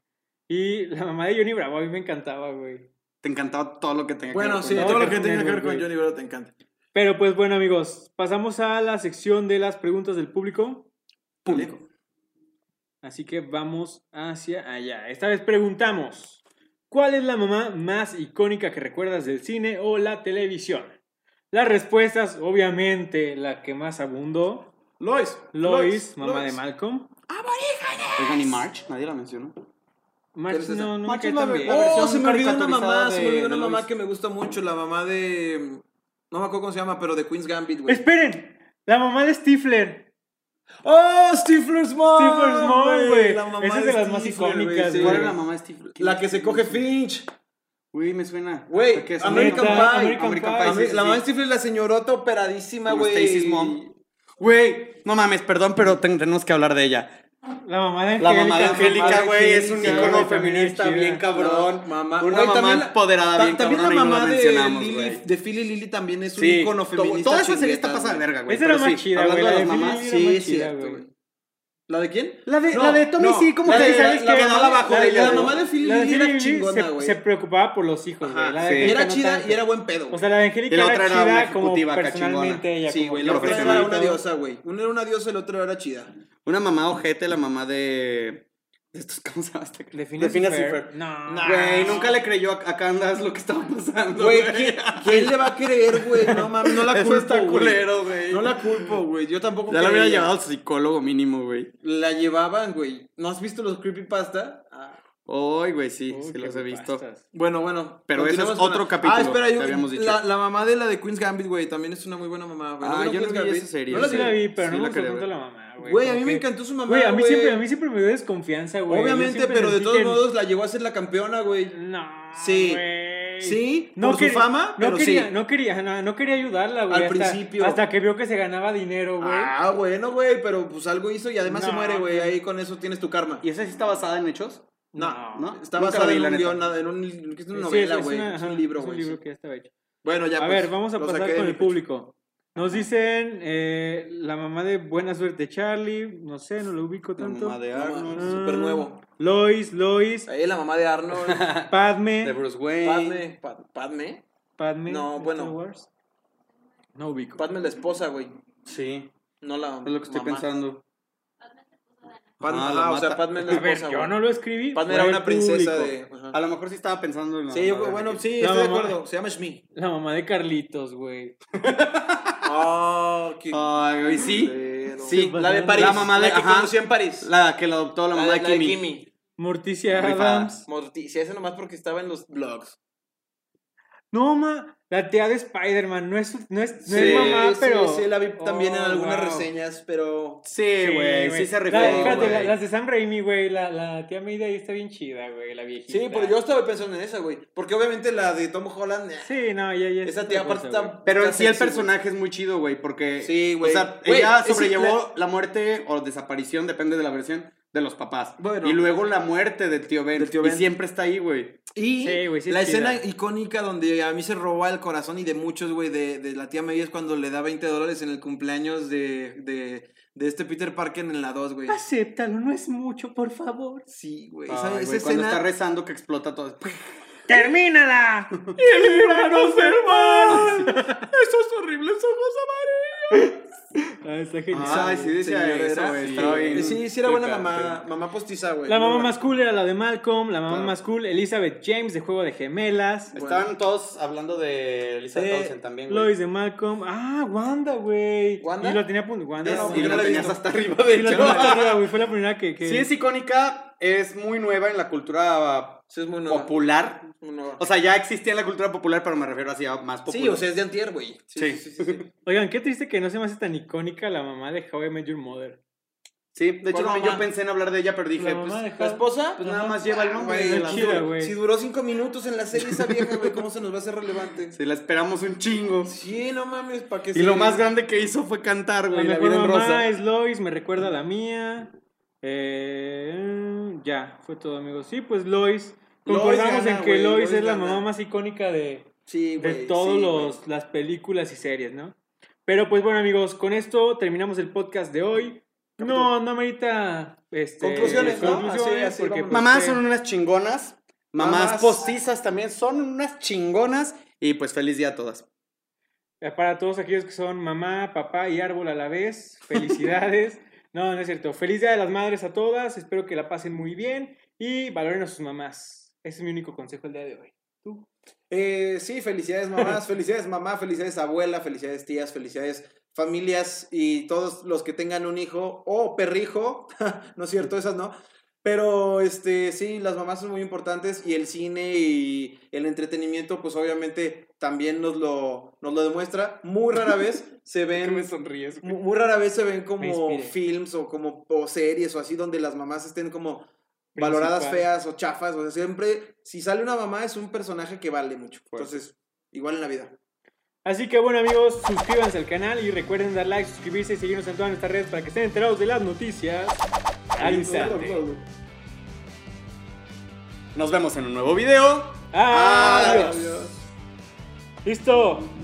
Speaker 1: Y la mamá de Johnny Bravo a mí me encantaba, güey.
Speaker 3: Te encantaba todo lo que tenía
Speaker 4: Bueno,
Speaker 3: que
Speaker 4: sí,
Speaker 3: ver
Speaker 1: No,
Speaker 3: con
Speaker 4: todo lo
Speaker 1: que
Speaker 4: que tenga que ver con
Speaker 1: güey.
Speaker 4: Johnny Bravo te encanta.
Speaker 1: Pero pues bueno, amigos, pasamos a la sección de las preguntas del público.
Speaker 3: Público.
Speaker 1: Así que vamos hacia allá. Esta vez preguntamos, ¿cuál es la mamá más icónica que recuerdas del cine o la televisión? Las respuestas, obviamente, la que más abundó,
Speaker 4: Lois.
Speaker 1: Lois, mamá
Speaker 4: Lois.
Speaker 1: de Malcolm.
Speaker 3: Oigan, y March, nadie la mencionó.
Speaker 1: March,
Speaker 4: Pero es
Speaker 1: no,
Speaker 4: esa-
Speaker 1: no me
Speaker 2: March
Speaker 1: cae
Speaker 2: es la
Speaker 1: tan
Speaker 2: de-
Speaker 1: bien.
Speaker 2: la
Speaker 4: Oh,
Speaker 2: versión
Speaker 4: se me olvidó una mamá,
Speaker 2: caricaturizada
Speaker 4: se me olvidó una
Speaker 2: de
Speaker 4: mamá
Speaker 2: Lois.
Speaker 4: que me gusta mucho, la mamá de... No me acuerdo cómo se llama, pero de Queen's Gambit, güey.
Speaker 1: Esperen, la mamá de Stifler.
Speaker 4: ¡Oh, Stifler's Mom!
Speaker 1: Stifler's Mom, güey.
Speaker 4: La mamá
Speaker 1: Esa es de las más
Speaker 4: Stifler, güey,
Speaker 1: icónicas,
Speaker 4: sí.
Speaker 1: güey.
Speaker 3: ¿Cuál era la mamá de Steve?
Speaker 4: La que se coge Finch.
Speaker 3: Uy, me suena.
Speaker 4: Güey,
Speaker 3: ¿Qué es?
Speaker 4: American
Speaker 1: Neta,
Speaker 4: Pie.
Speaker 1: American
Speaker 3: American
Speaker 1: Pie.
Speaker 3: Pie,
Speaker 4: A mí-
Speaker 3: sí,
Speaker 4: la
Speaker 3: sí.
Speaker 4: mamá de Stifler es la señorota operadísima,
Speaker 3: Como
Speaker 4: güey.
Speaker 3: Stacy's mom. Güey, no mames, perdón, pero ten- tenemos que hablar de ella.
Speaker 1: La mamá de
Speaker 3: La
Speaker 1: Angélica.
Speaker 3: mamá de Angélica, güey, es un
Speaker 1: Sí,
Speaker 3: ícono
Speaker 1: güey, también
Speaker 3: feminista
Speaker 1: es chida.
Speaker 3: bien cabrón.
Speaker 4: No,
Speaker 3: Una
Speaker 4: mamá. Güey,
Speaker 3: mamá
Speaker 4: también la-
Speaker 3: empoderada
Speaker 4: Ta-
Speaker 3: bien
Speaker 4: también
Speaker 3: cabrón
Speaker 4: la
Speaker 3: y no la
Speaker 4: mamá de,
Speaker 3: mencionamos,
Speaker 4: Lily,
Speaker 3: güey.
Speaker 4: de Philly Lily también es un
Speaker 3: Sí,
Speaker 4: icono
Speaker 3: to-
Speaker 4: feminista.
Speaker 3: Toda esa serie
Speaker 4: chingada,
Speaker 3: está pasada de
Speaker 4: güey.
Speaker 3: verga, güey.
Speaker 1: Esa era
Speaker 3: pero
Speaker 1: más
Speaker 3: sí,
Speaker 1: chida,
Speaker 3: hablando
Speaker 1: güey.
Speaker 3: de
Speaker 1: La
Speaker 3: las
Speaker 1: de
Speaker 3: mamás.
Speaker 1: Phoebe
Speaker 4: Sí,
Speaker 1: era más
Speaker 4: es
Speaker 1: chida,
Speaker 4: cierto,
Speaker 1: güey.
Speaker 4: güey. ¿La de quién?
Speaker 3: La de- la de Tommy sí, como
Speaker 4: la
Speaker 3: que
Speaker 4: de-
Speaker 3: sabes
Speaker 4: la
Speaker 3: que-
Speaker 4: que no la bajó
Speaker 1: la-
Speaker 4: de ella.
Speaker 1: la
Speaker 4: La
Speaker 1: mamá
Speaker 4: mamá de Philly
Speaker 1: La de
Speaker 4: Lily
Speaker 1: Philly
Speaker 4: era
Speaker 1: Lily
Speaker 4: chingona,
Speaker 1: se,
Speaker 4: güey.
Speaker 1: se preocupaba por los hijos, güey. La de
Speaker 3: sí.
Speaker 4: Y
Speaker 1: Angélica
Speaker 4: era
Speaker 1: no
Speaker 4: chida
Speaker 1: tanto.
Speaker 4: y era buen pedo.
Speaker 1: O
Speaker 4: güey.
Speaker 1: sea, la de Angélica
Speaker 3: Y la otra
Speaker 1: era
Speaker 3: era una
Speaker 1: chida como
Speaker 3: ejecutiva acá chingona.
Speaker 1: personalmente ella.
Speaker 3: Sí,
Speaker 1: como
Speaker 3: güey,
Speaker 1: que
Speaker 3: la
Speaker 4: La
Speaker 3: otra
Speaker 4: otra
Speaker 1: profesional
Speaker 4: era
Speaker 1: y
Speaker 4: una
Speaker 1: todo.
Speaker 4: diosa, güey. Una era una diosa, el otro era chida.
Speaker 3: Una mamá ojete, la mamá de. de estos, ¿Cómo se llama? esta-
Speaker 1: De
Speaker 3: De Phineas y
Speaker 1: Fair.
Speaker 3: Ferb.
Speaker 1: No.
Speaker 3: Güey, nunca le creyó a, a Candace lo que estaba pasando.
Speaker 4: Güey, ¿quién, quién le va a creer, güey? No mames, no la
Speaker 3: Eso
Speaker 4: culpo,
Speaker 3: está
Speaker 4: güey.
Speaker 3: culero, güey.
Speaker 4: No la culpo, güey. Yo tampoco
Speaker 3: Ya la hubiera
Speaker 4: creía.
Speaker 3: llevado al psicólogo mínimo, güey.
Speaker 4: La llevaban, güey. ¿No has visto los creepypasta? Ah,
Speaker 3: Ay, güey, sí,
Speaker 1: Uy,
Speaker 3: sí
Speaker 1: qué
Speaker 3: los he visto.
Speaker 1: pastas.
Speaker 4: Bueno, bueno.
Speaker 3: Pero ese es
Speaker 4: continuamos con
Speaker 3: otro
Speaker 4: la-
Speaker 3: capítulo
Speaker 4: Ah, espera,
Speaker 3: que
Speaker 4: yo-
Speaker 3: habíamos dicho.
Speaker 4: La, la mamá de la de Queen's Gambit, güey, también es una muy buena mamá. güey.
Speaker 3: Ah, yo no
Speaker 4: vieron Queen's
Speaker 3: vi
Speaker 4: Gambit?
Speaker 3: esa serie,
Speaker 4: ¿No la
Speaker 1: Yo sí la
Speaker 4: vieron?
Speaker 1: vi, pero
Speaker 3: Sí,
Speaker 1: no me
Speaker 3: la quería
Speaker 1: gustó tanto
Speaker 3: ver.
Speaker 1: la mamá, güey.
Speaker 4: Güey, a
Speaker 1: como
Speaker 4: mí me
Speaker 1: que-
Speaker 4: encantó su mamá,
Speaker 1: Güey, a mí
Speaker 4: güey.
Speaker 1: siempre, a mí siempre me dio desconfianza, güey. Yo
Speaker 4: Obviamente,
Speaker 1: siempre
Speaker 4: pero de
Speaker 1: sentí
Speaker 4: todos
Speaker 1: que-
Speaker 4: modos la llevó a ser la campeona, güey.
Speaker 1: No.
Speaker 4: Sí.
Speaker 1: güey.
Speaker 4: Sí, por su fama,
Speaker 1: no
Speaker 4: pero
Speaker 1: quería,
Speaker 4: sí.
Speaker 1: No quería, no, no quería ayudarla, güey.
Speaker 4: Al
Speaker 1: hasta-
Speaker 4: principio.
Speaker 1: Hasta que vio que se ganaba dinero, güey.
Speaker 4: Ah, bueno, güey, pero pues algo hizo y además se
Speaker 1: No.
Speaker 4: muere, güey. Ahí con eso tienes tu karma.
Speaker 3: ¿Y esa sí está basada en hechos?
Speaker 4: No,
Speaker 3: No,
Speaker 4: está
Speaker 3: nunca
Speaker 4: basada
Speaker 3: la vi,
Speaker 4: en
Speaker 3: la
Speaker 4: un
Speaker 3: neta.
Speaker 4: guión, en un, es una
Speaker 1: Sí,
Speaker 4: novela,
Speaker 1: es- es
Speaker 4: güey.
Speaker 1: una-
Speaker 4: Es,
Speaker 1: ajá,
Speaker 4: un libro,
Speaker 1: Es un
Speaker 4: güey.
Speaker 1: libro que ya estaba hecho.
Speaker 4: Bueno, ya
Speaker 1: a
Speaker 4: pues,
Speaker 1: ver, vamos a
Speaker 4: lo
Speaker 1: pasar
Speaker 4: saqué de
Speaker 1: con
Speaker 4: mi
Speaker 1: el
Speaker 4: pecho.
Speaker 1: público. Nos dicen eh, la mamá de Buena Suerte Charlie, no sé, no lo ubico
Speaker 3: La
Speaker 1: tanto. Ah,
Speaker 3: mamá de
Speaker 4: No,
Speaker 3: Arnold.
Speaker 4: mames, súper nuevo.
Speaker 1: Lois, Lois,
Speaker 4: Ahí la mamá de Arnold.
Speaker 3: De
Speaker 1: Padme,
Speaker 3: Bruce Wayne.
Speaker 4: Padme. Pa- Padme.
Speaker 1: Padme.
Speaker 4: No,
Speaker 1: de
Speaker 4: bueno.
Speaker 1: Star Wars. No ubico.
Speaker 4: Padme la esposa, güey.
Speaker 3: Sí,
Speaker 4: No la
Speaker 3: es lo que estoy
Speaker 4: mamá.
Speaker 3: pensando.
Speaker 4: Padme,
Speaker 3: Ah,
Speaker 4: ah,
Speaker 3: la
Speaker 4: o sea,
Speaker 3: mata.
Speaker 4: Padme es la
Speaker 1: A ver,
Speaker 4: esposa,
Speaker 1: yo
Speaker 4: güey.
Speaker 1: no lo escribí.
Speaker 4: Padme
Speaker 1: fue
Speaker 4: era
Speaker 1: el
Speaker 4: una princesa
Speaker 1: público.
Speaker 4: de... ajá.
Speaker 3: A lo mejor sí estaba pensando en Ah, la
Speaker 4: Sí, yo-
Speaker 3: mamá de
Speaker 4: bueno,
Speaker 3: Ricky.
Speaker 4: sí,
Speaker 1: La
Speaker 4: estoy de
Speaker 1: mamá.
Speaker 4: acuerdo. Se llama Shmi.
Speaker 1: La mamá de Carlitos, güey.
Speaker 4: Ah, qué...
Speaker 3: Ay, güey, sí.
Speaker 4: culero.
Speaker 3: Sí,
Speaker 4: la de París.
Speaker 3: la mamá de-
Speaker 4: que
Speaker 3: ajá.
Speaker 4: conocí en París.
Speaker 3: La que la adoptó la
Speaker 4: La
Speaker 3: mamá de Kimmy.
Speaker 1: Morticia
Speaker 3: Rifada.
Speaker 1: Adams.
Speaker 4: Morticia, esa nomás porque estaba en los blogs.
Speaker 1: No, ma. La tía de Spider-Man. No es, no es, no
Speaker 3: Sí,
Speaker 1: es mamá, pero.
Speaker 4: Sí, la vi también en
Speaker 1: Oh,
Speaker 4: algunas
Speaker 1: wow.
Speaker 4: reseñas, pero...
Speaker 3: Sí, güey, sí, se
Speaker 1: La-
Speaker 3: refiere.
Speaker 1: espérate, la-
Speaker 3: güey.
Speaker 1: las de Sam Raimi, güey. La, la tía Meida ahí está bien chida, güey. La viejita.
Speaker 4: Sí, pero yo estaba pensando en esa, güey. Porque obviamente la de Tom Holland... eh,
Speaker 1: Sí, no, ya, ya. es
Speaker 4: Esa
Speaker 1: otra
Speaker 4: tía
Speaker 1: cosa,
Speaker 4: aparte
Speaker 1: güey.
Speaker 4: está...
Speaker 3: Pero en
Speaker 4: está
Speaker 3: sí el
Speaker 4: sexy, güey.
Speaker 3: personaje es muy chido, güey, porque...
Speaker 4: Sí,
Speaker 3: O
Speaker 4: güey.
Speaker 3: sea,
Speaker 4: Güey,
Speaker 3: ella
Speaker 4: es que
Speaker 3: sobrellevó la... muerte o desaparición, depende de la versión, de los papás.
Speaker 4: Bueno.
Speaker 3: y luego la muerte del tío Ben.
Speaker 4: Del tío
Speaker 3: Y
Speaker 4: Ben.
Speaker 3: siempre está ahí, güey.
Speaker 4: Y
Speaker 1: Sí, güey, sí es
Speaker 4: la
Speaker 1: chida.
Speaker 4: escena icónica donde a mí se roba el corazón y de muchos, güey, de, de la tía May es cuando le da 20 dólares en el cumpleaños de, de, de este Peter Parker en la 2, güey.
Speaker 1: Pues, Acéptalo, no es mucho, por favor.
Speaker 4: Sí, güey.
Speaker 3: Ay,
Speaker 4: esa-
Speaker 3: güey,
Speaker 4: esa
Speaker 3: Cuando está
Speaker 4: escena...
Speaker 3: rezando que explota todo.
Speaker 1: ¡Termínala! ¡Y líbranos del mal!
Speaker 3: ¡Esos horribles ojos
Speaker 1: Ah, está genial.
Speaker 3: Ay, sí decía
Speaker 4: Señora,
Speaker 3: eso,
Speaker 4: era-
Speaker 3: güey.
Speaker 4: sí,
Speaker 3: estaba bien.
Speaker 4: Sí, sí era buena
Speaker 3: Claro,
Speaker 4: mamá, mamá postiza, güey.
Speaker 1: La
Speaker 4: Muy
Speaker 1: mamá
Speaker 4: buena.
Speaker 1: más cool era la de Malcolm, la mamá
Speaker 3: Claro.
Speaker 1: más cool Elizabeth James de Juego de Gemelas,
Speaker 3: sí. Estaban todos hablando de Elizabeth
Speaker 4: Sí,
Speaker 3: Olsen también, güey.
Speaker 1: Lois de Malcolm, ah, Wanda, güey.
Speaker 4: ¿Wanda?
Speaker 1: Y lo tenía apuntado, Wanda.
Speaker 4: Es-
Speaker 1: era
Speaker 3: Y
Speaker 4: Yo
Speaker 1: buena.
Speaker 3: la
Speaker 4: Ah, no la he
Speaker 3: tenías
Speaker 4: visto.
Speaker 3: hasta arriba, de
Speaker 1: Sí, la
Speaker 3: hecho.
Speaker 1: tenía hasta arriba, güey, fue la primera que... que-
Speaker 3: Sí, es icónica, es muy nueva en la cultura
Speaker 4: Sí, es muy nueva.
Speaker 3: popular.
Speaker 4: muy nueva.
Speaker 3: O sea, ya existía en la cultura popular, pero me refiero hacia más popular.
Speaker 4: Sí, o sea, es de antier, güey.
Speaker 3: Sí.
Speaker 1: Oigan, qué triste que no se me hace tan icónica la mamá de How I Met Your Mother.
Speaker 3: Sí, de hecho
Speaker 4: ¿Cuál
Speaker 3: también
Speaker 4: mamá?
Speaker 3: yo pensé en hablar de ella, pero dije,
Speaker 1: la mamá
Speaker 3: pues,
Speaker 1: de
Speaker 4: ¿La
Speaker 1: How...
Speaker 4: esposa?
Speaker 3: pues nada más lleva el nombre
Speaker 4: Güey,
Speaker 3: de
Speaker 1: la
Speaker 3: la...
Speaker 4: si
Speaker 1: chida,
Speaker 4: duró-
Speaker 1: güey.
Speaker 4: Si duró cinco minutos en la serie esa vieja, güey, ¿cómo se nos va a hacer relevante?
Speaker 3: Sí, la esperamos un chingo.
Speaker 4: Sí, no mames, para que
Speaker 3: Y lo más grande que hizo fue cantar,
Speaker 1: La
Speaker 3: güey, La
Speaker 1: mejor
Speaker 3: vida en
Speaker 1: mamá
Speaker 3: rosa.
Speaker 1: es Lois, me recuerda a la mía. Eh, ya, fue todo, amigos. Sí, pues Lois.
Speaker 4: Lois
Speaker 1: Concordamos
Speaker 4: gana,
Speaker 1: en que
Speaker 4: güey,
Speaker 1: Lois,
Speaker 4: Lois
Speaker 1: es la
Speaker 4: gana.
Speaker 1: mamá más icónica de,
Speaker 4: Sí,
Speaker 1: de
Speaker 4: güey.
Speaker 1: todas
Speaker 4: sí,
Speaker 1: las películas y series, ¿no? Pero pues bueno, amigos, con esto terminamos el podcast de hoy. No, no merita este,
Speaker 4: Conclusiones, ¿no?
Speaker 1: conclusiones,
Speaker 4: Así, así
Speaker 1: porque,
Speaker 4: vamos.
Speaker 1: pues,
Speaker 3: Mamás
Speaker 1: eh,
Speaker 3: son unas chingonas. Mamás,
Speaker 4: Mamás.
Speaker 3: postizas también son unas chingonas. Y pues feliz día a todas.
Speaker 1: eh, Para todos aquellos que son mamá, papá y árbol a la vez, felicidades. No, no es cierto. Feliz Día de las Madres a todas. Espero que la pasen muy bien y valoren a sus mamás. Ese es mi único consejo el día de hoy.
Speaker 4: Eh, sí, felicidades mamás, felicidades mamá, felicidades abuela, felicidades tías, felicidades familias y todos los que tengan un hijo o perrijo, no es cierto, esas no. Pero este, sí, las mamás son muy importantes y el cine y el entretenimiento, pues obviamente también nos lo, nos lo demuestra. Muy rara vez se
Speaker 2: Que
Speaker 4: ven
Speaker 2: me sonríes, güey.
Speaker 4: Mu- Muy rara vez se ven
Speaker 1: Me
Speaker 4: como
Speaker 1: inspiré.
Speaker 4: films o como o series o así donde las mamás estén como valoradas
Speaker 1: Principal.
Speaker 4: feas o chafas. O sea, siempre, si sale una mamá es un personaje que vale mucho. Entonces, igual en la vida.
Speaker 1: Así que bueno amigos, suscríbanse al canal y recuerden dar like, suscribirse y seguirnos en todas nuestras redes para que estén enterados de las noticias al instante.
Speaker 3: Nos vemos en un nuevo video.
Speaker 1: Adiós. Listo.